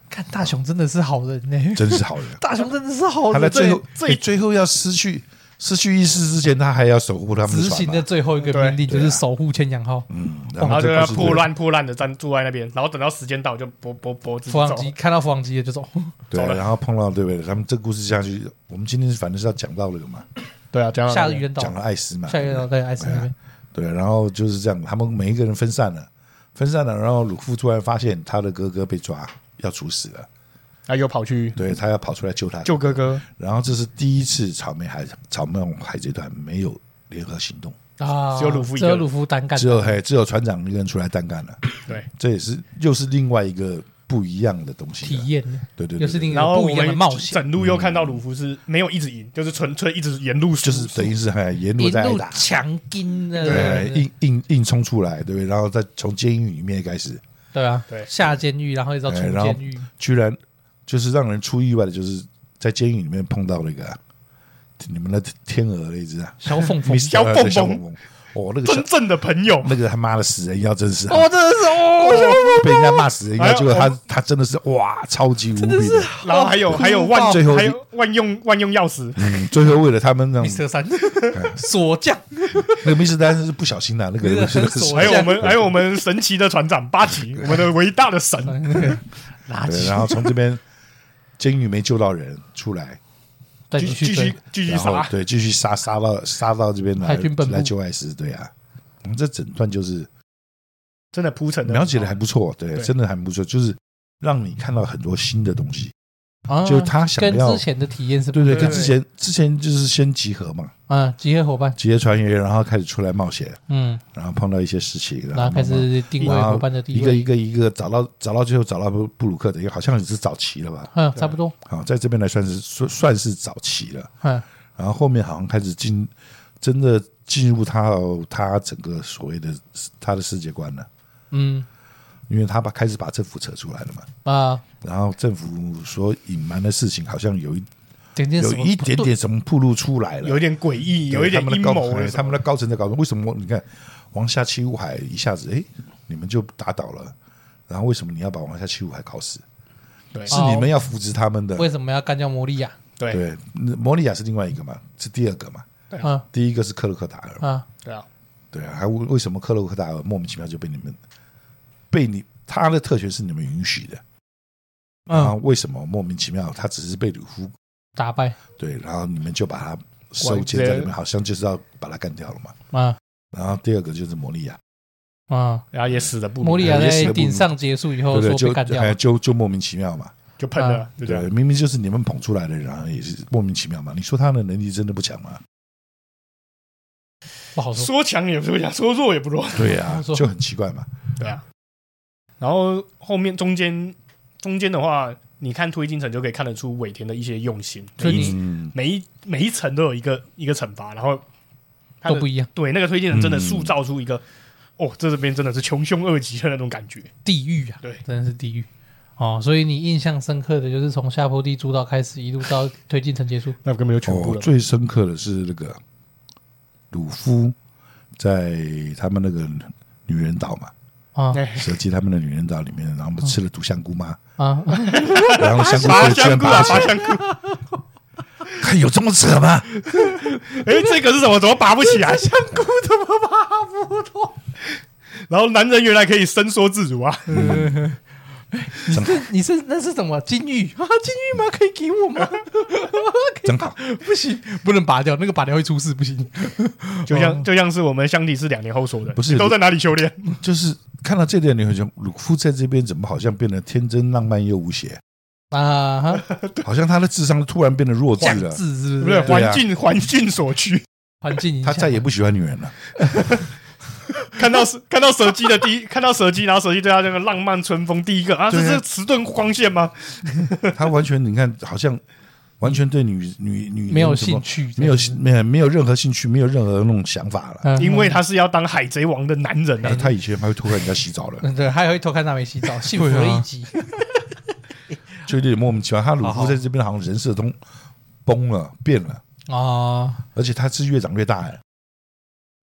看大雄真的是好人呢、
真是好
。
人
大雄真的是好
他在
人，
最后
这
哎最后要失去失去意识之前，他还要守护他们
执
的船
行
嘛
的最后一个命令
对
就
对啊
是守护千阳号。
嗯，然
然后
后
就
这
要
故事
破烂破烂的站住在那边，然后等到时间到就脖脖脖子
弗朗
走，
机看到弗朗机的就走，
对，
走了
然后碰到对不对？他们这故事下去，我们今天反正是要讲到那个嘛，
对啊，这样
下愚人岛，
讲了艾斯嘛，
下愚人岛在艾斯那边，
对，然后就是这样，他们每一个人分散了，分散了，然后鲁夫突然发现他的哥哥被抓，要处死了，
啊又跑去
对他要跑出来救他，
救哥哥，
然后这是第一次草莓海草莓海贼团没有联合行动，
啊，
只有鲁夫一
只
个
有
人
鲁夫胆敢
只有嘿只有船长一个人出来单干了，
对，
这也是又是另外一个不一样的东西了，
体验，
对对
又
对
是
对
另一
对
个
然后
不
我
一样的
们
冒险，
整路又看到鲁夫是没有一直赢，就是纯粹一直沿路
就
输
是等于是还沿路
一
在挨
路
打，
强筋的，
对，硬硬硬冲出来，对不对？然后再从监狱里面开始，
对啊
对，
下监狱然后一直到出
哎然后
哦监狱，
居然就是让人出意外的，就是在监狱里面碰到那个啊你们的天鹅那一只啊，
小 凤凤
Mr.
小蹦蹦
对小蹦蹦，哦，那个小
真正的朋友，
那个他妈的死人妖真是啊，
哦，真的是哦，
被人家骂死人
哎
妖，
呦
结果他
我
他真的是哇，超级无比的，
然后还有还有万
哦最后
还有万用万用钥匙，
嗯，最后为了他 们让
Mr. 三 锁匠，
那个密斯丹是不小心 的，那个
那个
是
很锁
还有我
匠
们还有我们神奇的船长八吉，我们的伟大的神，
垃
对，
圾，
然后从这边监狱没救到人出来，
再
继
继续
继
追
续继续
然后
杀，
对继续杀杀到杀到这边来
海军本部
来救艾斯，对啊，嗯这整段就是
真的铺陈
啊
的
描写的还不错，对，
对
真的还不错，就是让你看到很多新的东西，
啊
就是他想
跟
要
之前的体验是不
对对，
对
跟之前之前就是先集合嘛，
啊，集合伙伴，
集合船员，然后开始出来冒险，
嗯，
然后碰到一些事情，然
然后
后
开
慢慢
始定位
然后
伙伴的地
一个
位，
一个一个找到找到最后找到布布鲁克的，因为好像也是早期了吧？
嗯，差不多，
好，在这边来算是算算是早期了。
嗯，
然后后面好像开始进真的进入他哦他整个所谓的他的世界观了，
嗯
因为他把开始把政府扯出来了嘛。
啊，
然后政府所隐瞒的事情，好像有一
点点
有
什么
一
不
点
对
点什么暴露出来了
有，一点诡异，
对
有一点
他
阴
们的高
谋的
哎
什么，
他们的高层在搞什么为什么你看王下七武海一下子哎，你们就打倒了，然后为什么你要把王下七武海搞死？
对
是你们要扶植他们的，
为什么要干掉魔力亚？
对
对，那摩利亚是另外一个嘛，是第二个嘛，
啊
第一个是克洛克达尔嘛，
啊，
对啊，
对啊，还为为什么克洛克达尔莫名其妙就被你们被你他的特权是你们允许的，啊？
嗯，
为什么莫名其妙他只是被鲁夫
打败
对，然后你们就把他收监在里面，好像就是要把他干掉了嘛。
啊
然后第二个就是摩利亚，
啊！
然后也死的不
摩利亚
也
在
死得不
顶
明
上结束以
对
后
不对？
说被
就
干掉
哎
了，
就就莫名其妙嘛，
就喷了
啊，
就这
对
样，，
明明就是你们捧出来的，然后也是莫名其妙嘛。你说他的能力真的不强 吗？
不好说。
说强也不强，说弱也不弱，
对
没
啊，
错
就很奇怪嘛。
对啊。然后后面中间中间的话，你看推进城就可以看得出尾田的一些用心，
所以你
嗯，
每一每一层都有一个一个惩罚，然后他
都
的
不一样，
对那个推进城真的
嗯
塑造出一个。哦，这这边真的是穷凶恶极的那种感觉，
地狱啊，
对
真的是地狱哦。所以你印象深刻的就是从下坡地主导开始，一路到推进城结束。
那根本就全部
哦
了，。
最深刻的是那个鲁夫在他们那个女人岛嘛，
啊
哎
蛇姬他们的女人岛里面，然后不吃了毒香菇吗？
啊！
然后香菇
拔
被居
香
然
菇哦啊，
拔起
拔
来，
香菇！
看有这么扯吗？
哎，这个是什么？怎么拔不起来？
香菇怎么拔不动？
然后男人原来可以伸缩自如啊！
你是你是那是什么金玉啊？金玉吗？可以给我吗？
真好，
不行，不能拔掉，那个拔掉会出事，不行。
就像就像是我们香体是两年后说的，
不是
你都在哪里修炼？
就是看到这点，你会觉得鲁夫在这边怎么好像变得天真浪漫又无邪，
啊哈，
好像他的智商突然变得弱智
降
了，
智是不是？
对不对？
对啊
环境环境所趋，
环境影响啊
他再也不喜欢女人了。
看 到蛇看到蛇姬的第一，看到蛇姬，然后蛇姬对他那个浪漫春风第一个啊，这
对啊
是迟钝光线吗？
他完全你看，好像完全对女女女
没有
人什么
兴趣，
没有没有没有任何兴趣，没有任何那种想法了。
嗯，
因为他是要当海贼王的男人
然后
啊！
他以前还会偷看人家洗澡了，
嗯对，还会偷看他没洗 澡，幸福的一集。
就有点莫名其妙。他鲁
啊好好
夫在这边好像人设都崩了，变了，
啊
哦
而且他是越长越大哎。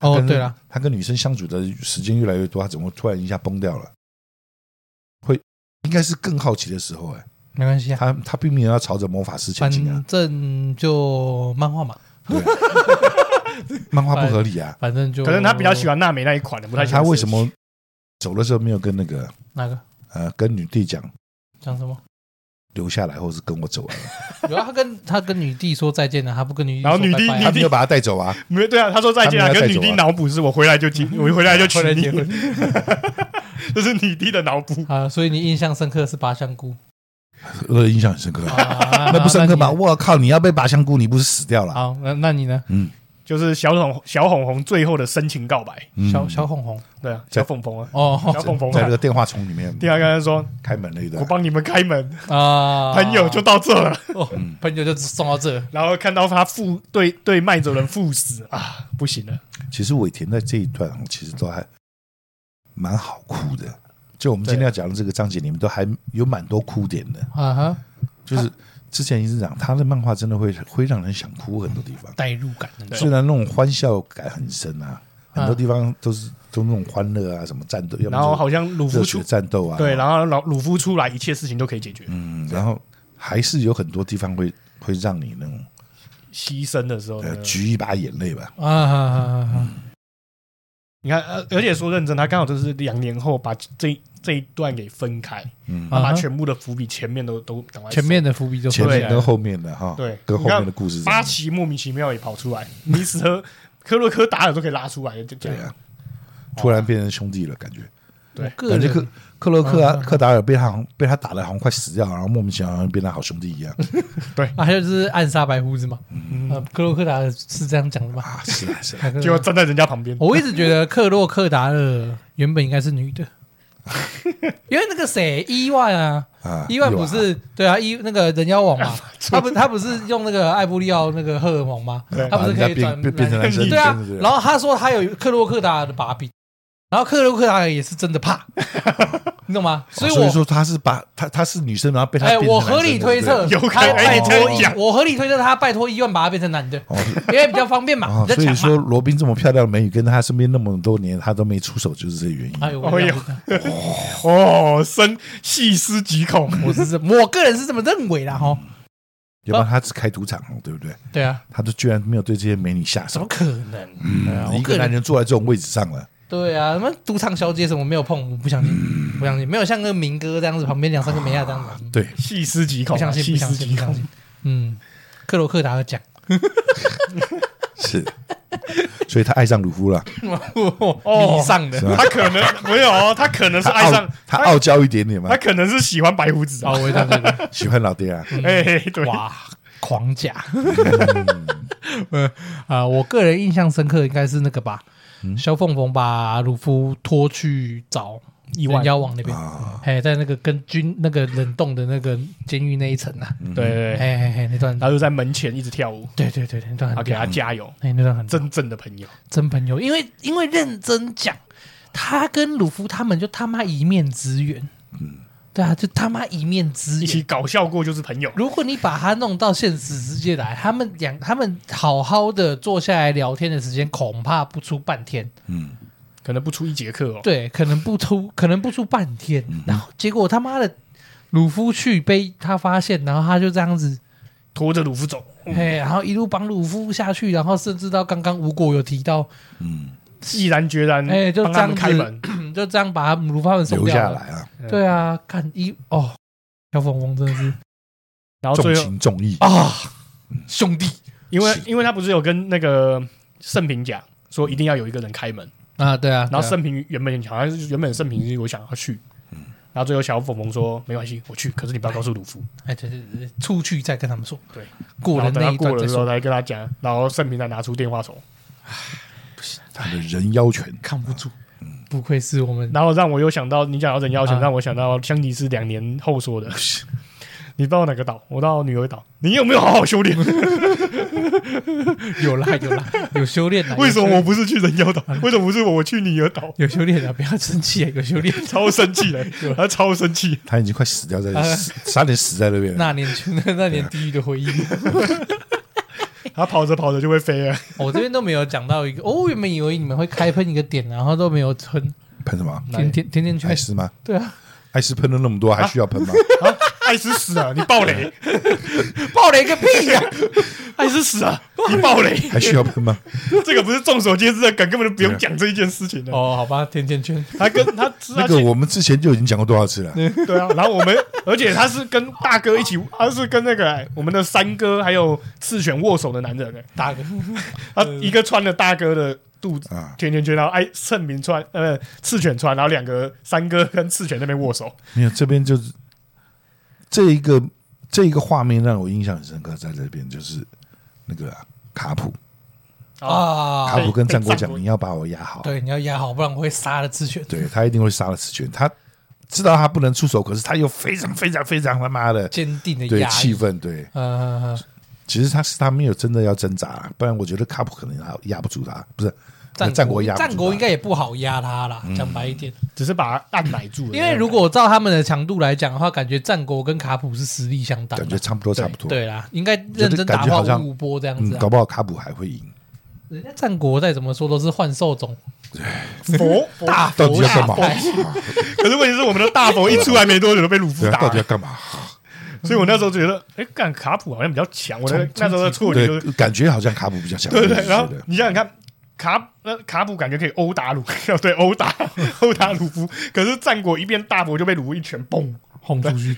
哦，
跟
对了，
他跟女生相处的时间越来越多，他怎么会突然一下崩掉了？会应该是更好奇的时候哎、
没关系啊，
他他并没有要朝着魔法师前
反
进啊，
正就漫画嘛，
对啊， 漫画不合理啊，
反正就
可能他比较喜欢娜美那一款的，不太喜欢
他为
蛇
什
姬
么走的时候没有跟那个
哪个
呃跟女帝讲
讲什么？
留下来，或是跟我走啊？
有啊，他跟他跟女帝说再见了，他不跟女帝
然后
说
女帝
拜拜
女
他
啊
帝
没有把他带走 啊，
没有对啊？他说再见啊，
他们
跟
要带
女
走啊
帝脑补是我回来就结，我回来就娶
回来结婚
你，这是女帝的脑补。
啊，所以你印象深刻是拔香菇
呃，印象很深刻。，
啊
那不深刻吗？
那你啊
我靠！你要被拔香菇，你不是死掉了？
好，那那你呢？
嗯，
就是小红小红红最后的深情告白，
嗯
小小红红
对啊，小凤凤啊，小
哦
凤凤
在那
啊。
个电话丛里面
第二个他说
开门那一：“段
我，帮你们开门，
啊，
朋友就到这了。”
哦，朋友就只送到这，
然后看到他赴对对麦哲人赴死啊，不行了，
其实尾田在这一段其实都还蛮好哭的。就我们今天要讲的这个章节里面，都还有蛮多哭点的。
啊哈，
就是之前一直讲，他的漫画真的会会让人想哭很多地方。
代入感很
对
虽然那种欢笑感很深啊，
啊
很多地方都是都那种欢乐啊，什么战斗，要
然后
么
好像鲁
就是
夫
热
出
血战斗啊，
对，然后老鲁夫出来，一切事情都可以解决。
嗯，然后还是有很多地方会会让你那种
牺牲的时候呢，
呃举一把眼泪吧。
啊啊啊啊啊
你看，呃而且说认真，他刚好就是两年后把这这一段给分开，
嗯，
啊
把
哈
全部的伏笔前面都都赶快
前面的伏笔就
前
对
面跟后面的哈，
对
跟后面的故事怎么
八
样
旗莫名其妙也跑出来，米斯特 科洛科达尔都可以拉出来，就这
对
样
啊，突然变成兄弟了，感觉
对
个
感觉
人
克克洛克
嗯
啊
嗯
克达尔被他好像被他打的好像快死掉，然后莫名其妙好像变成好兄弟一样
啊，还有就是暗杀白胡子嘛，
嗯
呃，克洛克达尔是这样讲的吧？
啊，是啊是啊，
就站在人家旁边。
我一直觉得克洛克达尔原本应该是女 的，因为那个谁伊万啊，
啊
伊万不是对啊，伊那个人妖 王嘛，他不他不是用那个艾布利奥那个荷尔蒙吗？
对
他不是可
把啊人
以
家
转
变变变成男生，
对啊
真的是，
然后他说他有克洛克达尔的把柄，然后克洛克达尔也是真的 怕，你懂吗？所
哦所
以
以
我
说他是把他他是女生，然后被他
哎，
变成
我
男生
合理推测，
对不对
他
有可能
拜
哎
托
你这样讲
我合理推测他拜托医院把他变成男 的，
对不对哦
因为比较方便嘛，
哦
比较
所以
强
说
嘛。
罗宾这么漂亮的美女跟在他身边那么多年，他都没出手，就是这个原因。
哎呦，
哎
我也
呦，哦，深细思极恐。
我是这，我个人是这么认为啦哈。
要不然他只开赌场，哦对不对？
对啊，
他都居然没有对这些美女下
怎
手
么，可能？对啊
嗯一
我
个
个
男
人
人坐在这种位置上了，
对啊，什么赌场小姐什么没有碰，我不相信，
嗯
不相信，没有像个民哥这样子，旁边两三个美亚这样子，
对，
细思极恐
不
啊，
相信，
细
不相
思
信，
极
不相
恐
信。。嗯，克罗克达尔 奖，
是，所以他爱上鲁夫了，
迷上的
是。啊吧
他可能 没有哦，他可能是
他
爱哎上
傲他傲娇一点点嘛
他，可能是喜欢白胡子
哦
啊，，
我也这样觉得。
喜欢老爹 啊，
哎、对，
嗯哇，狂甲。 嗯啊，我个人印象深刻应该是那个吧，
嗯
萧凤凰把鲁夫拖去找
意
人
外，对
妖王那边
啊，
哎，在那个跟军那个冷冻的那个监狱那一层啊，
对对，
哎哎哎，那段，
然后就在门前一直跳舞，
对对对，对那段
然后
很
给
屌，
他加油，
哎，那段很
真正的朋友，
真朋友，因为因为认真讲，他跟鲁夫他们就他妈一面之缘，嗯，对啊，就他妈一面之
一起
缘。
搞笑过就是朋友，
如果你把他弄到现实世界来，他们两他们好好的坐下来聊天的时间，恐怕不出半天。
嗯，
可能不出一节课哦，
对，可能不出，可能不出半天。
嗯
然后结果他妈的，鲁夫去被他发现，然后他就这样子，
拖着鲁夫走，
嘿，然后一路帮鲁夫下去，然后甚至到刚刚吴果有提到，
毅然决然，
哎就
帮他
这样
们开
子
门，
嗯就这样把他鲁夫他们送
留
掉
下
了
来啊，
对
对啊，看一哦，小粉红真的是
然后哦
重
最后，
情重义，
啊，兄弟
因为
是
因为他不是有跟那个盛平讲说一定要有一个人开门，
啊，对啊，嗯
然后
是
盛平原本好像是原本盛平是我想要去，然后最后小凤凰说没关系，我去，可是你不要告诉鲁夫，
哎，对对对，出去再跟他们说，
对，
过了
然后等
那
他
一
过
段
了
再
之后
说，
才跟他讲，然后盛平才拿出电话筒，
他的人妖拳，
扛不住，不愧是我们
然后让我又想到你讲到人妖拳，
啊
让我想到香吉士两年后说的。你到哪个岛？我到女儿岛。你有没有好好修 炼？
有啦有啦，有修炼的，
为什么我不是去人妖岛？为什么不是我？我啊去女儿 岛，
有修炼的？啊不要生气，有修炼。
超生气的，他超生气。
他已经快死掉在
哎
啊，
死差点死在那边了，
那年去那那年地狱的回忆，
他跑着跑着就会飞了。
哦我这边都没有讲到一个。哦，原本以为你们会开喷一个点，然后都没有喷
喷什么？
甜甜甜甜
艾
圈。
斯吗？
对啊，
艾斯喷了那么多，还需要喷吗？
啊，爱死死了！你 爆雷，
爆雷个屁 呀！
爱死死了！你爆雷，
还需要喷 吗？
这个不是众所皆知的梗，根本就不用讲这一件事情的。
哦，好吧，甜甜圈。
他跟他知道
那个我们之前就已经讲过多少次了，
对啊，然后我们，而且他是跟大哥一起，他是跟那个哎我们的三哥还有赤犬握手的男人哎
大呃哥，
他一个穿了大哥的肚子
啊
甜甜圈，然后哎盛明穿呃赤犬穿，然后两个三哥跟赤犬那边握手，
没有，这边就是这一个这一个画面让我印象很深刻，在这边就是那个啊、卡普，
啊
卡普跟战国
哎被战
讲，
国
你要把我压好，
对，你要压好，不然我会杀了自选。
对他一定会杀了赤犬，他知道他不能出手，可是他又非常非常非常他妈的
坚定的
对
压
气
抑。
氛，对，
嗯，嗯嗯
其实他是他没有真的要挣扎，不然我觉得卡普可能还压不住他，不是
战
战国压不住他
战国应该也不好压他啦，讲白一点，
只是把他按奶住了。
因为如果照他们的强度来讲的话，感觉战国跟卡普是实力相当的
感。觉差不多差不多，
对啦，应该认真打
感觉
爆
好像
五五波这样
嗯
子，啊
搞。不好卡普还会赢，
人家战国再怎么说都是幻兽种，
佛佛
大
到底
佛
要干
大
嘛？
佛，
啊
可是问题是我们的大佛一出来没多久就被鲁夫
对啊，
打
到底
了，
要干嘛？
所以我那时候觉得，哎，干卡普好像比较强，我的那时候的错觉就
对
是，
感觉好像卡普比较强，
对
我
对
就
对，
是
然后
觉得
你想想看。卡那卡普感觉可以殴打鲁， 对殴打殴打鲁夫，可是战国一变大佛就被鲁夫一拳嘣
轰出去。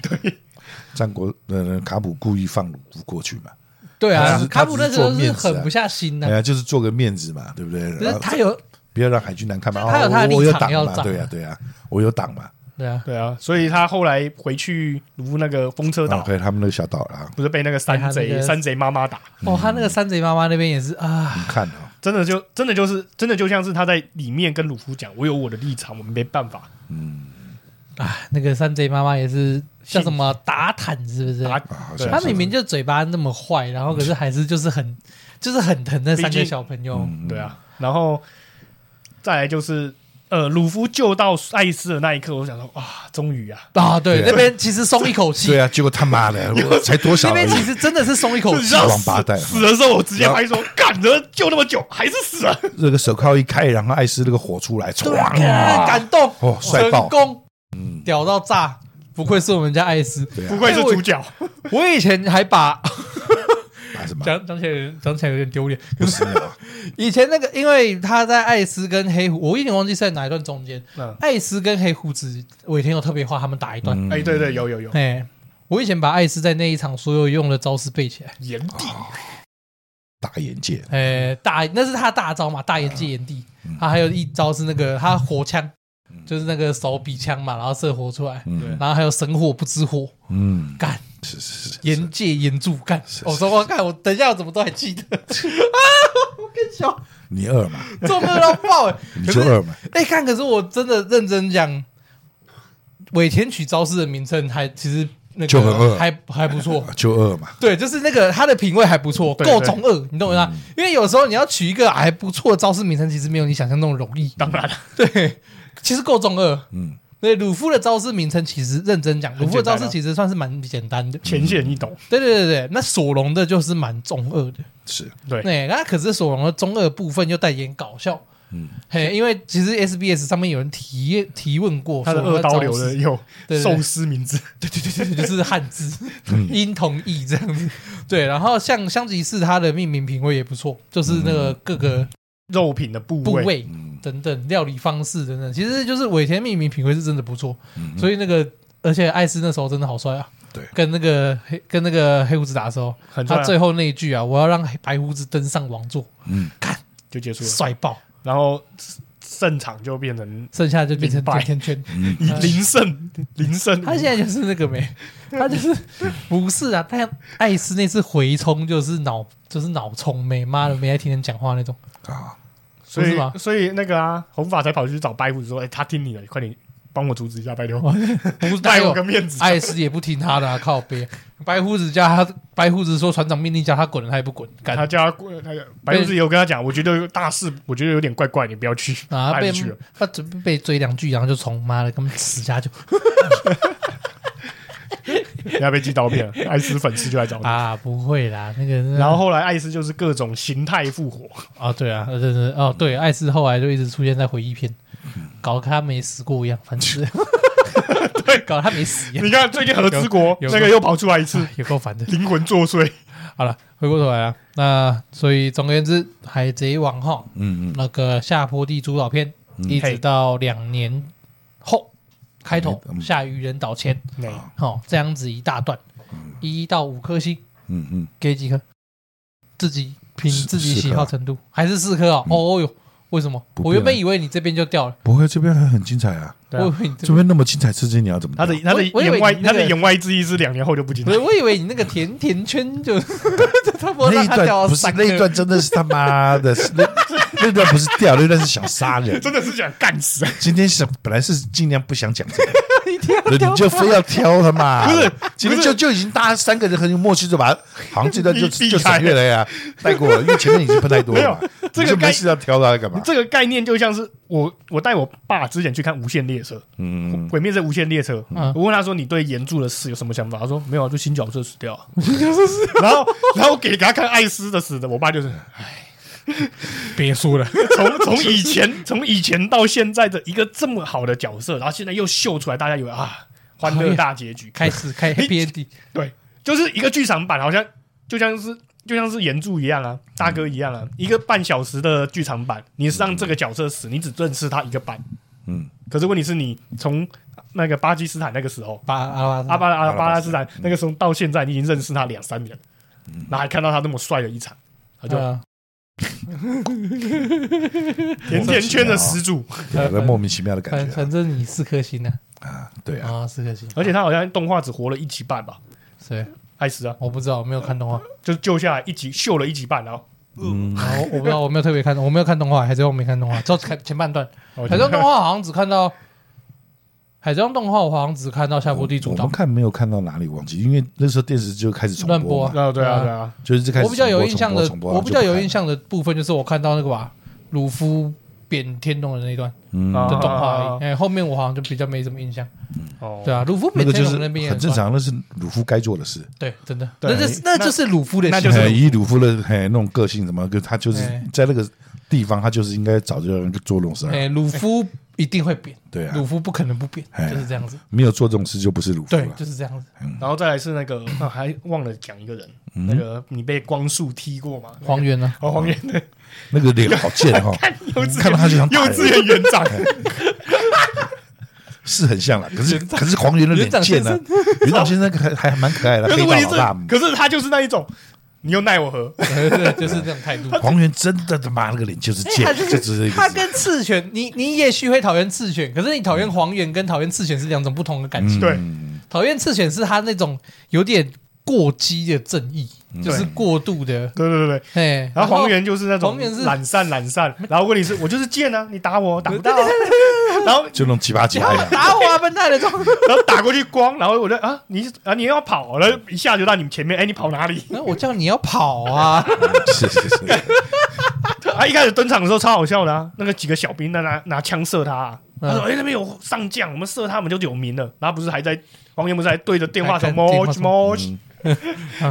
战国呃卡普故意放鲁夫过去嘛，
对
他
啊
只，是
卡普那时候
他只
是
是做面子啊
狠不下心
哎
呐，
呀，就是做个面子嘛，对不对？啊
可是
然后
他有
不要让海军难看嘛，
他有他的
哦
立
我我有
场
挡
要
嘛，
站
对呀对呀，我有挡嘛，
对啊，
对啊，所以他后来回去卢夫那个风车
啊
岛，
对他们那个小岛啊，
不是被那个
被他
山
那
贼、
个
山贼妈妈打，
嗯
哦，他那个山贼妈妈那边也是啊
你，看啊，
真的就真的就是真的就像是他在里面跟鲁夫讲，我有我的立场，我们没办法
啊，那个山贼妈妈也是叫什么打坦是不是？
打。
啊嗯好
对
像
他明明就嘴巴那么坏，然后可是还是就是很就是很疼那三
毕竟
个小朋友。
嗯
对啊，然后再来就是呃，鲁夫救到艾斯的那一刻，我想说啊，终于啊，
啊，对，
对啊
那边其实松一口气
对，啊，结果他 妈的，我才多少
那
而
边
已
其实真的是松一口
你知
气。啊
道
王八蛋
死死的时候，我直接拍说，干的救那么久还是死了，
那个手铐一开，然后艾斯那个火出来，
对啊，
唰，
看感动，
哦，帅
成
爆，
功，嗯哎屌到炸！不愧是我们家艾斯，
对啊
不愧是主角，
我以前还把
嘛，
讲讲起来讲起来有点丢脸。
不是啊，
以前那个，因为他在艾斯跟黑虎，我有点忘记是在哪一段中间。
嗯
艾斯跟黑胡子，尾田有特别画他们打一段。
嗯
哎，对对，有有有，
哎、我以前把艾斯在那一场所有用的招式背起来。
炎帝
大眼界，
哎、大那是他大招嘛，大眼界眼帝。
嗯
他还有一招是那个他火枪，就是那个手比枪嘛，然后射火出来。
嗯
对
然后还有神火不知火，
嗯，
干
是是是，
眼界眼柱干。我说我干，我等一下我怎么都还记 得啊！我跟你讲，
你二嘛，
做梦到爆哎、
你
可
就是二嘛，
哎、看，可是我真的认真讲，尾田取招式的名称还其实那
就很恶
个还还不错。
啊就二嘛，
对，就是那个他的品味还不错，
对
够
对
中二，你懂我意思吗？因为有时候你要取一个还不错的招式名称，其实没有你想象那么容易。
当然了，
对，其实够中二。
嗯，
对，鲁夫的招式名称其实认真讲，鲁
简单啊
夫的招式其实算是蛮简单的。
前线你懂，
对对对对，那索隆的就是蛮中二的。
是
对，
对，那可是索隆的中二部分又带点搞笑。
嗯
嗯，嘿，因为其实 SBS 上面有人提提问过
他的
索隆
二刀流
招
的
式，
有
对对
寿司名字，
对对对对，就是汉字
嗯
音同义这样子。对，然后像香吉士他的命名品味也不错，就是那个各个
肉品的部
部
位，
位等等料理方式等等，其实就是尾田命名品味是真的不错。
嗯
所以那个而且艾斯那时候真的好帅啊，
对
跟那个黑跟那个黑胡子打的时候，
很帅
他
啊
最后那一句啊，我要让黑白胡子登上王座，
就结束了，
帅爆。
然后胜场就变成
剩下就变成
明白
甜甜圈。
以零胜零 胜，
他现在就是那个 没，他就是不是啊？他艾斯那次回冲就是脑就是脑冲妹，妈的没在听人讲话那种，
啊，
所
不是
以
吗
所以那个啊，红发才跑去找白虎说：“哎、他听你的，快点帮我阻止一下白六，
哦 不是哎
卖我个面子。
艾斯也不听他的、啊，靠背。白胡子叫他，白胡子说船长命令叫他滚，他也不滚，干
他叫他过那个白虎自己有跟他讲，我觉得大事，我觉得有点怪怪，你不要去。
啊
他
被
也不去了，
他准备被追两句，然后就从妈的跟他们死下 就
人家被寄刀片了，艾斯粉丝就来找 他。
啊不会啦，那个
然后后来艾斯就是各种形态 复活，
哦对啊，呃对对哦对，艾斯后来就一直出现在回忆片，搞得跟他没死过一样，反 正 对，搞得他没死一样。
你看最近和之国
有有
那个又跑出来 一次，
有够烦的。
灵魂作祟。
好了，回过头来啊，那所以总而言之，《海贼王》哈，
嗯嗯，嗯
那个下坡地主导篇，一直
嘿
到两年后开头
嗯
下愚人岛前，
那
哦，这样子一大段，一到五颗星，
嗯嗯，
给几颗？自己凭
四
自己
四颗
喜好程度，还是四颗啊？
嗯
哦哟，为什么？
不变啊
我原本以为你这边就掉了，
不会，这边还很精彩啊，
我
对啊
以为你
这
这边。
边那么精彩刺激，你要怎么
他
掉？
的他的
我我以为
言外
你那
他
个
的言外之意是两年后就不进
不
来
是，。我以为你那个甜甜圈就， 他不会
那
让
一
他掉
段
到
不是
三颗
那一段，真的是他妈的，是那那段不是掉，那段是想杀 人。
真的是想干死， 啊
今天想本来是尽量不想讲这个，
一定 要掉
你就非要挑他 嘛。
不是
今天
不
就是就已经大家三个人很有默契，就把好像这 段就
避
就
避开
省略了呀，带过了，因为前面已经喷太多了嘛
没。
你
这个
就没
该
事要挑他 干嘛？
这个概念就像是我我带我爸之前去看《无限列车》，
嗯，
《鬼灭之无限列车》
嗯
我问他说：“你对岩柱的事有什么想法？”他说：“没有啊，就新角色死掉 啊。”然后，然后我给他看艾斯的死的，我爸就是
别说了，
从从以前从以前到现在的一个这么好的角色，然后现在又秀出来，大家以为啊，欢乐大结局，
开始开 Happy Ending，
对，就是一个剧场版，好像就像是就像是岩柱一样啊，大哥一样啊，一个半小时的剧场版，你是让这个角色死，你只认识他一个版，
嗯，
可是问题是你从那个巴基斯坦那个时候。
把阿拉
阿
巴
巴嗯阿巴拉斯坦嗯那个时候到现在，你已经认识他两三年了，然后还看到他那么帅的一场，他就
啊
甜甜圈的始祖，
有个莫名其妙的感
反
觉
反正你四颗星呢
啊啊，对啊，
啊，四颗星，
而且他好像动画只活了一集半吧，
谁？
艾斯啊，
我不知道，我没有看动画，
就救下来一集秀了一集半，然后
嗯，
然后我不知道，我没有特别看，我没有看动画，海贼王没看动画，只有看前半段。海贼王动画好像只看到海贼王动画，我好像只看到夏
我
伯地主
我
导
们，看没有看到哪里忘记，因为那时候电视就开始重
乱播
播
啊
嘛，
啊对啊对啊，
就是最开始
我比较有印
重播
象的
重，播啊
我比较有印，
重
象
播
的部分就是我看到那个吧，鲁夫扁天龙的那一段
然后就
的
啊
不看
动画
啊啊
而
啊
已，哎，后面我好像就比较没什么印象。
哦
对啊，鲁夫
嗯，那
扁
个
天
就
龙
是
那边也
很正
帅，
常，那是鲁夫该做的事。
对，真的，
对
那就是那就是鲁夫的性格，
那就是
嘿以鲁夫的嘿那种个性，什么就他就是
哎
在那个地方，他就是应该早就有人做这种事儿。
哎，鲁夫一定会扁，
对啊
鲁，夫不可能不扁，
哎
就是这样子。
没有做这种事就不是哎鲁夫
对，
了。
就是这样子。
然后再来是那 个，啊还忘了讲一个人，
嗯
那个你被光速踢过吗？
黄猿 呢？
哦，黄源的
嗯那个脸好贱哈，
幼稚
看到嗯他就
园
想打
幼
人哎
稚园园长，
是很像啦。可是可是黄猿的脸贱啊，园长先生还还还蛮可爱的，
可
黑
是
道
问题
老大
是，。可是他就是那一种，你又奈我何？
对对对就是这种态 度。
黄猿真的他妈那个脸就是贱，就只是一
哎他
个字
跟刺犬，你你也许会讨厌刺犬，可是你讨厌黄猿跟讨厌刺犬是两种不同的感情。
对
嗯
讨厌刺犬是他那种有点过激的正义，
嗯
就是过度的。
对对对对。
哎，
然后黄源就是那种
黄源是
懒散懒散，然后问题是我就是贱啊，你打我打不到啊，然后
就那种奇葩奇
然
葩
后
样。
打我啊，笨蛋的这
哎
种。
然后打过去光，然后我就啊你啊你要跑啊，然后一下就到你们前面，哎你跑哪里？
那我叫你要跑 啊！
是是是，
啊一开始登场的时候超好笑的啊，那个几个小兵在拿拿枪射他啊，他说
嗯
哎那边有上将，我们射他们就有名了，然后不是还在黄源不是还对着电话筒
还看电话嗯筒
moch moch，然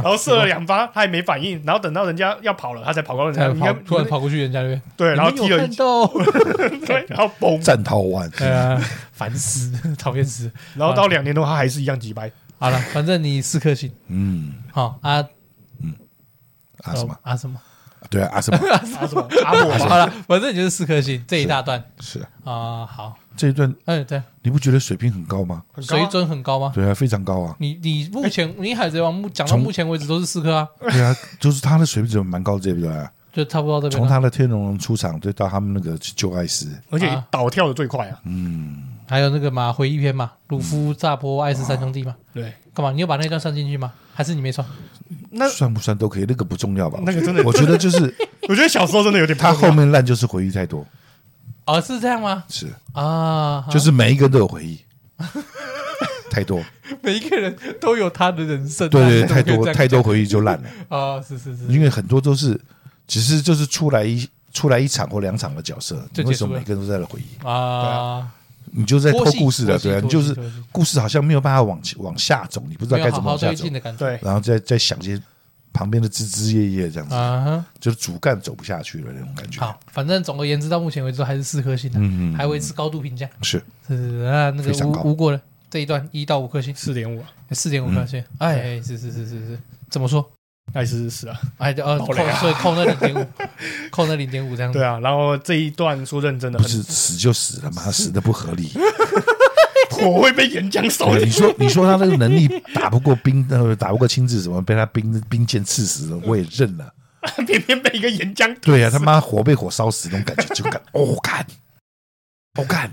后射了两发他也没反应，然后等到人家要跑了，他才跑过来，
他
人家
跑突然跑过去人家那边，
对，然后
你们
踢
有
了一
看到，
对，然后崩，
战涛湾，
对啊， 烦死，讨厌死。
然后到两年后他还是一样几掰。
好了，反正你四颗星，
嗯
好啊
啊什么？
啊什么？
对啊啊什么？
阿什么阿莫
好
吧，
了，反正你就是四颗星这一大段
是啊
啊。好，
这一段
嗯，对，
你不觉得水平很高吗？
很高啊
水准很高吗？
对啊，非常高啊。
你你目前你海贼王目讲到
从
目前为止都是四颗啊，
对啊，就是他的水平怎么蛮高，对不对啊？
就差不多到这边
从
了。
他的天龙人出场，再到他们那个去救艾斯，
而且
啊嗯
倒跳的最快啊！
还有那个嘛回忆篇嘛，鲁夫、炸波、艾斯三兄弟嘛，
哦
对，
干嘛？你有把那一段算进去吗？还是你没算？
那
算不算都可以，那个不重要吧？
那个真的
我觉得就是
我觉得小时候真的有点怕
他 后面烂就是回忆太多，
哦，是这样吗？
是
啊，好
就是每一个人都有回 忆，太多，
每一个人都有他的人生啊，
对对，对
怎么可
太
以
多
这样
太多回忆就烂了，
啊，是是是，
因为很多都是只是就是出来一出来一场或两场的角色，
就结
你为
束
什
了
么每个人都在回忆？
啊，
你就在偷
拖戏
故事
拖
的，
戏
对啊，你
拖
就
戏
是
拖戏
故事好像没有办法往往下走，你不知道
没
该
有好
怎么
好
往下
推
走
进，的感觉
对，
然后再再想些旁边的枝枝叶叶这样子，
啊哈。
就是主干走不下去了那种感觉。
好，反正总而言之，到目前为止都还是四颗星的，
嗯嗯嗯
还维持高度评价。
是
是啊，那个
非常高
无无果的这一段一到五颗星，
四点五，啊
四点五
嗯
颗星。哎，哎是是是是是，怎么说？
爱是是啊，
哎，就呃，
爆
扣
雷啊
所以扣那零点 五，扣那零点五这样子
对。啊。然后这一段说认真的，
不是死就死了 嘛？死的不合理。
我会被演讲手
哦对你说你说他那个能力打不过兵，呃，打不过亲自，怎么被他兵兵剑刺死了？我也认了。
偏偏被一个演讲
对呀、他妈火被火烧死那种感觉，就感 哦干，哦干，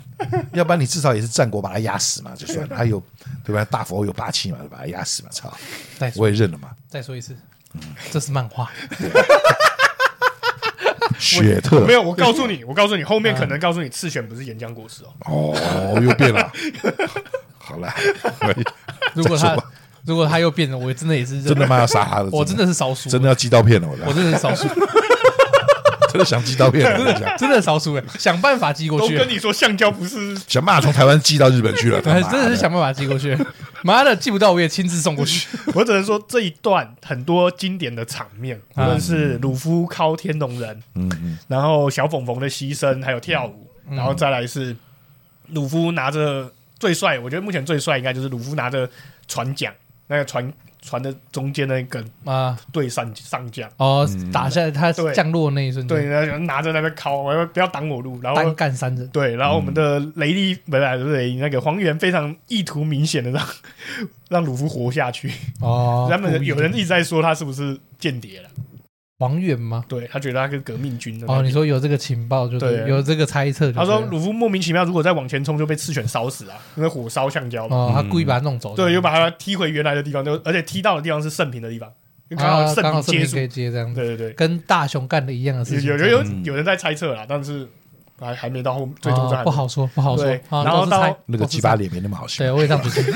要不然你至少也是战国把他压死嘛，就算了。他有对吧？大佛有霸气嘛，就把他压死嘛，操，
再说
我也嗯认了嘛。
再说一次，这是漫画。
雪特
没有，我告诉你，我告诉你，后面可能告诉你，次选不是岩浆果实哦。
嗯
哦，又变了。好了，
如果
再
他
说吧
如果他又变了，我真的也是
真的？吗？要杀他了？
我真的是少数，
真的要寄刀片了，我
我
的
真的是少数，
真的想寄刀片了，我跟你讲
真的少数哎，想办法寄过
都
去。
跟你说橡胶不是
想办法从台湾寄到日本去了，他
哎
妈
真的是想办法寄过去，妈的寄不到我也亲自送过 去。
我只能说这一段很多经典的场面，无
嗯
论是鲁夫靠天龙人，然后小粉红的牺牲，还有跳舞，
嗯
然后再来是鲁夫拿着最帅，我觉得目前最帅应该就是鲁夫拿着船桨，那个船船的中间那一根
啊，
对上上将，
哦，
嗯
打下他
对
降落那一瞬
对，
间，
然后拿着那边敲，我要不要挡我路，然
单
后。
干三人，
对，然后我们的雷利本来就是雷利那个黄猿非常意图明显的让让鲁夫活下去，
哦，
他们有人
故
一
意
直在说他是不是间谍了。
黄远吗？
对他觉得他是革命军的
哦，你说有这个情报，就
对
对，有这个猜测就
他
对了，
说鲁夫莫名其妙，如果再往前冲就被赤犬烧死啊，因为火烧橡胶嘛。
哦，他故意把他弄走，
对，又
吧？
把他踢回原来的地方，就而且踢到的地方是盛平的地方，就刚
啊
好
刚好平
平接触
可。以接这样子，
对对对，
跟大雄干的一样的事情，
有有有有人在猜测啦，但是还还没到后最终
哦
战
不。好说，不好说
对，
啊
然后
都是猜
到
那个鸡巴，脸没那么好
哦都是猜对
笑。
我也这样觉得，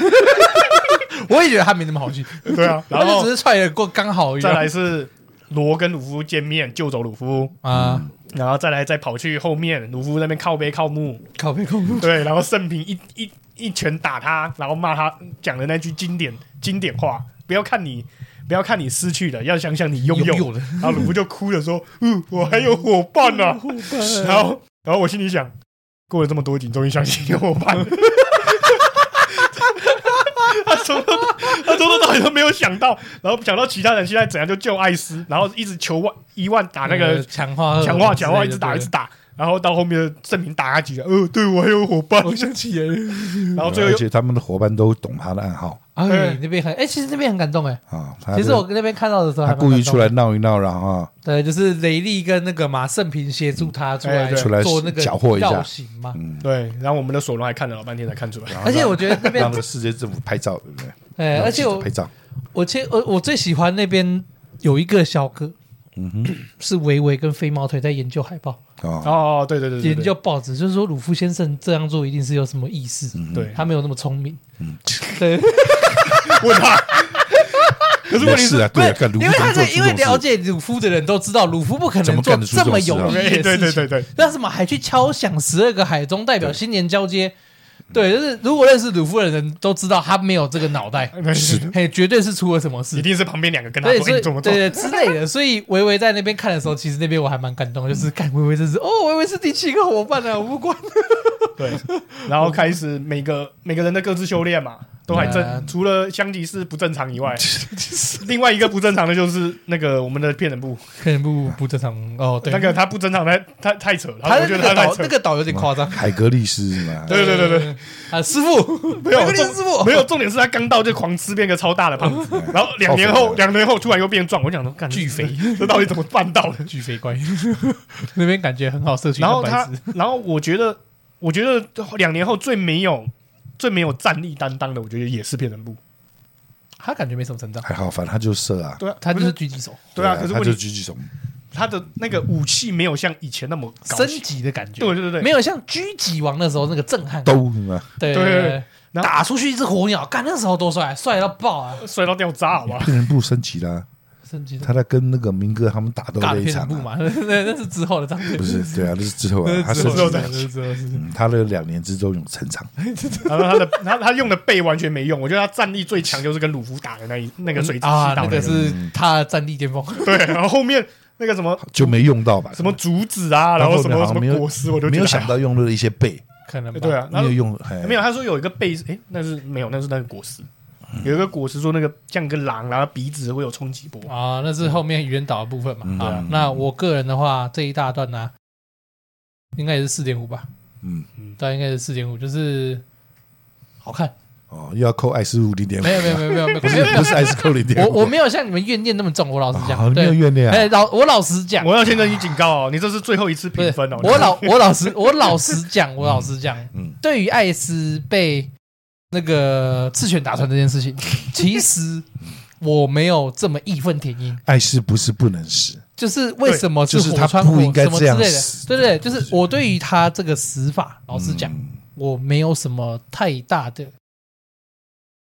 我也觉得他没那么好戏，
对啊，
他
然
就
后
只是踹得过刚好而已啊
再来是罗跟鲁夫见面救走鲁夫，
啊，
然后再来再跑去后面鲁夫那边靠背靠木，
靠背靠背，
对，然后盛平一一一拳打他，然后骂他讲的那句经典经典话：不要看你，不要看你失去了，要想想你拥有。
拥有的
然后鲁夫就哭着说：“嗯，我还有伙伴呢、啊。”然后，然后我心里想，过了这么多集，你终于相信我 吧。他从头他从头到尾都没有想到，然后想到其他人现在怎样就救艾斯，然后一直求万一万打那个
强化
强化强化，一直打一直打，然后到后面的证明打 他几个，呃，对我还有伙伴，
我想起来了。
然后最后
而
又
且他们的伙伴都懂他的暗号
哎，那边很哎，其实那边很感动哎。
啊。他
其实
就
我那边看到的时候，
他故意出来，闹一闹，然后啊
对，就是雷利跟那个马胜平协助他出来
哎对
出来
做那个
搅和一下
造型嘛。
嗯，
对，然后我们的索隆还看了老半天才看出来，
然后
而且我觉得那
让
边
那，个世界政府拍照，对不对？
哎，
让
而且
记者
我
拍照，
我其实我我最喜欢那边有一个小哥，
嗯哼，
是维维跟飞毛腿在研究海报，
哦，
哦，对对对对
研究
对，
报纸，就是说鲁夫先生这样做一定是有什么意思，
嗯哼
对
他没有那么聪明
嗯，
对，
问 他，可是问题
是
是，
啊，
不
对啊，干卢
因
夫
为他
怎么做
是
出
因为
这
了
种事
解鲁夫的人都知道，鲁夫不可
怎
能
么
做
干得出
这么
这种
有
事
意
啊
义
哎
的
对对
事情。
对对，
那怎么还去敲响十二个海钟，代表新年交接？对，就是如果认识鲁夫的人都知道他没有这个脑袋，
是
嘿，绝对是出了什么
嗯一
事。
定是旁边两个跟他
对，
说，
所
哎
以
你怎么做？
对对之类 的，所以维维在那边看的时候，其实那边我还蛮感动的，
嗯
就是看维维真是哦，维维是第七个伙伴啊，我不 管。
对，然后开始每个每个人的各自修炼嘛，都还正，
嗯
除了香吉士不正常 以外，另外一个不正常的就是那个我们的骗人部，
可能不不正常哦，对，
那个他不正常太太太扯了，
他
我觉
那个
得他太
岛
扯嗯
那。个岛有点夸张。
海格力士是吗？
对对对对对，
啊，师傅，
没有
维维
重
师傅
没有重点是他刚到就狂吃变个超大的胖 子，然后两年后
超肥
两年后突然又变壮，我想说干
巨肥，
这到底怎么办到的？
巨肥怪， 那边感觉很好，社区
然后
蛋白
他
质，
然后我觉得我觉得两年后最没有最没有战力担当的，我觉得也是骗人部。
他感觉没什么成长，
还好，反正他就射啊，
对啊，
他
不
就是狙击手，
对啊，可是
他
问
就
题
狙击手，
他的那个武器没有像以前那么高
升
级，
级的感觉，
对对对
没
对，
有像狙击王那时候那个震撼，
兜是吗？
对
对对对然后
打出去一只火鸟，干那时候多帅，帅到爆啊！
摔到掉渣好 吧？
骗人部升级啦，
升级的
他在跟那个明哥他们打斗
大
那 一
片
场
部
啊，
嘛，那那是之后的照片，
不是，对啊，那是之后啊，他
那是
升
之
级
后
的
的，
了
那，是之后的事情
嗯，他的两年之中有成长，
然后他的他他用的背完全没用，我觉得他战力最强就是跟鲁夫打的那一那个嗯水之
啊
气，
那
岛
个
的，
是他的战力巅峰，
对，然后后面那个什么
就没用到吧？
什么竹子啊，
然
然
后
后什么
好
什
像没
么
有
果实，我都
没
觉
有
得
想
还好
到用了一些背，
可能吧
对，啊，
没
然
有
后
用，哎
没有他说有一个贝斯，诶，那是没有，那是那个果实，
嗯
有一个果实说那个像一个狼，然后鼻子会有冲击波，
啊，那是后面原岛的部分嘛
嗯
啊
对。
那我个人的话，这一大段呢，应该也是四点五吧，
嗯，
对，应该是四点五，就是好看，
哦，又要扣艾斯五零点五，
没有没有没有没有没有
不
没
是
有，
不是艾斯扣零点五，
我我没有像你们怨念那么重，我老实
啊
讲，
你没有
对，
怨念
哎
啊，
老我老实讲，
我要先跟你警告哦，你这是最后一次
不
评
是
分哦，
我老我老实我老实讲，我老实讲，
嗯
对于艾斯被那个赤犬打穿这件事情，其实我没有这么义愤填膺。
艾斯不是不能死，
就是为什么
对就是
火
他
穿
不
火
应该
什么之
这样
类的，
死
对对，对就是我对于他这个死法，老实讲，
嗯
我没有什么太大的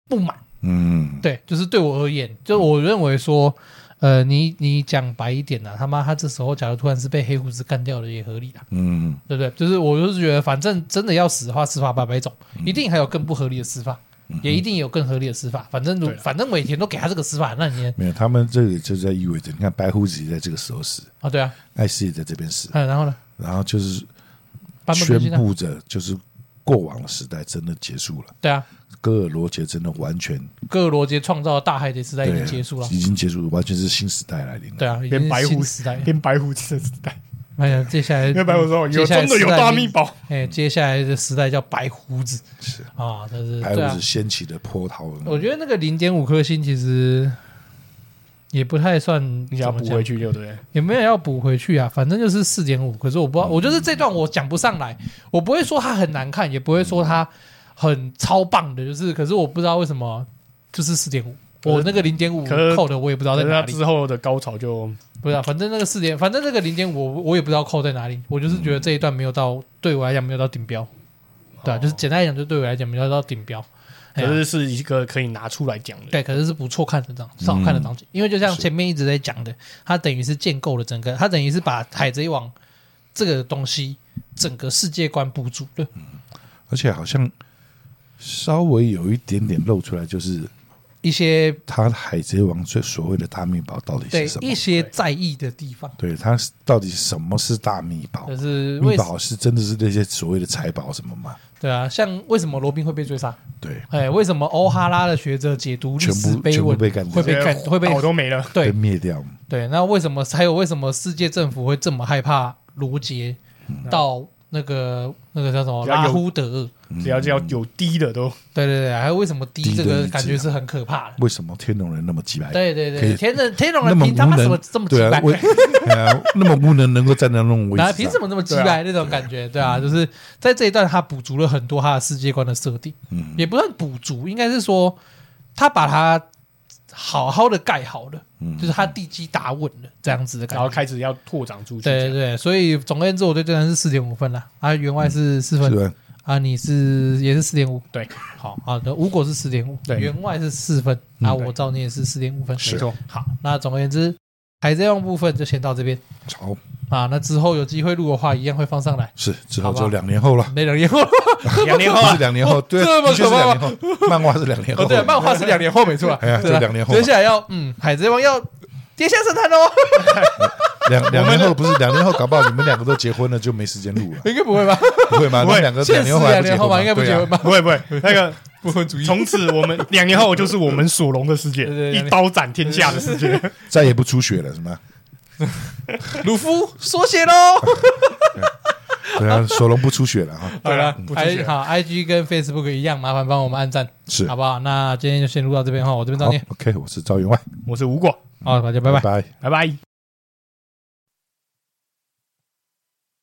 不满。
嗯，
对，就是对我而言，就我认为说，呃，你你讲白一点呐、啊他妈他这时候假如突然是被黑胡子干掉了，也合理啊，
嗯，
对不对？就是我就是觉得，反正真的要死的话，死法百百种，
嗯
一定还有更不合理的死法，也一定有更合理的死法。反正如
对啊啦
反正尾田都给他这个死法，那你也
没有，他们这里就在意味着，你看白胡子也在这个时候死，
啊，对啊，
艾斯也在这边死，
嗯，然后呢，
然后就是
版本
宣
更新啊，
布着，就是过往的时代真的结束了，
对啊，罗
戈尔罗杰真的完全
各罗杰创造的大海的时代已经结束了，
已经结束了，完全是新时代来临了。
对啊，已经
变白
是
胡
新
子
时代。
变白胡子的时 代，
哎呀，接下来
变白胡子说有
接下来
真的有
时代
大
已经
秘宝，
哎，接下来的时代叫白胡子
是
啊，这是
白
对啊
胡子，掀起的波涛，
我觉得那个零点五颗星其实也不太算，
你想要补
怎么讲，
回去对不对？
也没有要补回去啊，反正就是四点五。可是我不知道，
嗯
我就是这段我讲不上来，我不会说它很难看，也不会说它很超棒的，就是可是我不知道为什么就是四点五。
是
我那个零点五
可是
扣的，我也不知道
可
在
是
哪
他
里，
之后的高潮就
不知道、反正那个四点，反正那个零点五，我也不知道扣在哪里。我就是觉得这一段没有到，对我来讲没有到顶标，对、啊，就是简单来讲，就对我来讲没有到顶标。哎
可
呀
是是一个可以拿出来讲的，
对，嗯可是是不错看的章，是好看的章节。因为就像
是
前面一直在讲的，它等于是建构了整个，它等于是把海贼王这个东西整个世界观补足了。
而且好像稍微有一点点露出来，就是
一些
他《海贼王》最所谓的大密宝到底
对
是什么
一？些在意的地方，
对，他是到底什么是大密宝
就？是为
密宝是真的是那些所谓的财宝什么吗？
对啊，像为什么罗宾会被追杀？
对，
哎，为什么欧哈拉的学者解读历
全
史
部
碑
全部
文
被干掉
会被干会被
岛啊都没了，
被
对
灭掉。
对？那为什么还有为什么世界政府会这么害怕罗杰到那个那个叫什么
比较有
拉夫德？
嗯
只要只要有低的都
对对对，还有为什么低
低
这
的意
个
志
感觉是很可怕的？
为什么天龙人那么几百？
对对
可
对，
以
天人天龙
那
人
么
凭他
无
妈什么
能，
这么鸡
对啊
掰，？
我 啊那么无能能够站在那种位置
然后
上，
凭什么那么鸡掰那种感觉？对
嗯
啊，就是在这一段他补足了很多他的世界观的设定，
嗯
也不算补足，应该是说他把它好好的盖好了，
嗯
就是他地基打稳了这样子的感
然
觉
后。开始要拓展出去。
对对
这样
对，所以总而言之，我对这段是四点五分啦。啊，员外是四
嗯是
分，
吧？
啊，你是也是四点五，
对，
好啊好的，无果是四点五，
对
员外是四分，啊，
嗯
对
我照你也是四点五分，
没错。
好，那总而言之，海贼王部分就先到这边
好，
啊。那之后有机会录的话，一样会放上来。
是之后
好吧
就两年 后了，
没人以后，
两年后
不
啊
是，两 年后，对，
这么
的确
可
是
怕
两年后，漫画是两年后，
哦，对，漫画是两年后没错啊，
哎呀
对啊
就两年后嘛
接下来要嗯，海贼王要跌下神坛喽，
两两年后不是两年后，搞不好你们两个都结婚了，就没时间录了，
应该不 会吧？
不会吗？
不会
你们两个
现
两
实
年后还
两
不结
年后吧，
婚吗啊
应该不结婚？吧？
不会不会，那个
不婚主义，
从此我们 两年后就是我们索隆的世界
对对，对
一刀斩天下的 世界。
对啊再也不出血了，是吗？啊
鲁夫缩写喽。
对 啊，索隆不出血了哈，
好
对啊
了
不出
，I
血
好，IG 跟 Facebook 一样，麻烦帮我们按赞，
是
好不好？那今天就先录到这边哈，我这边
好
照念，
，OK，我是赵员外，
我是吴果，
好，大家拜拜。
拜。
拜拜。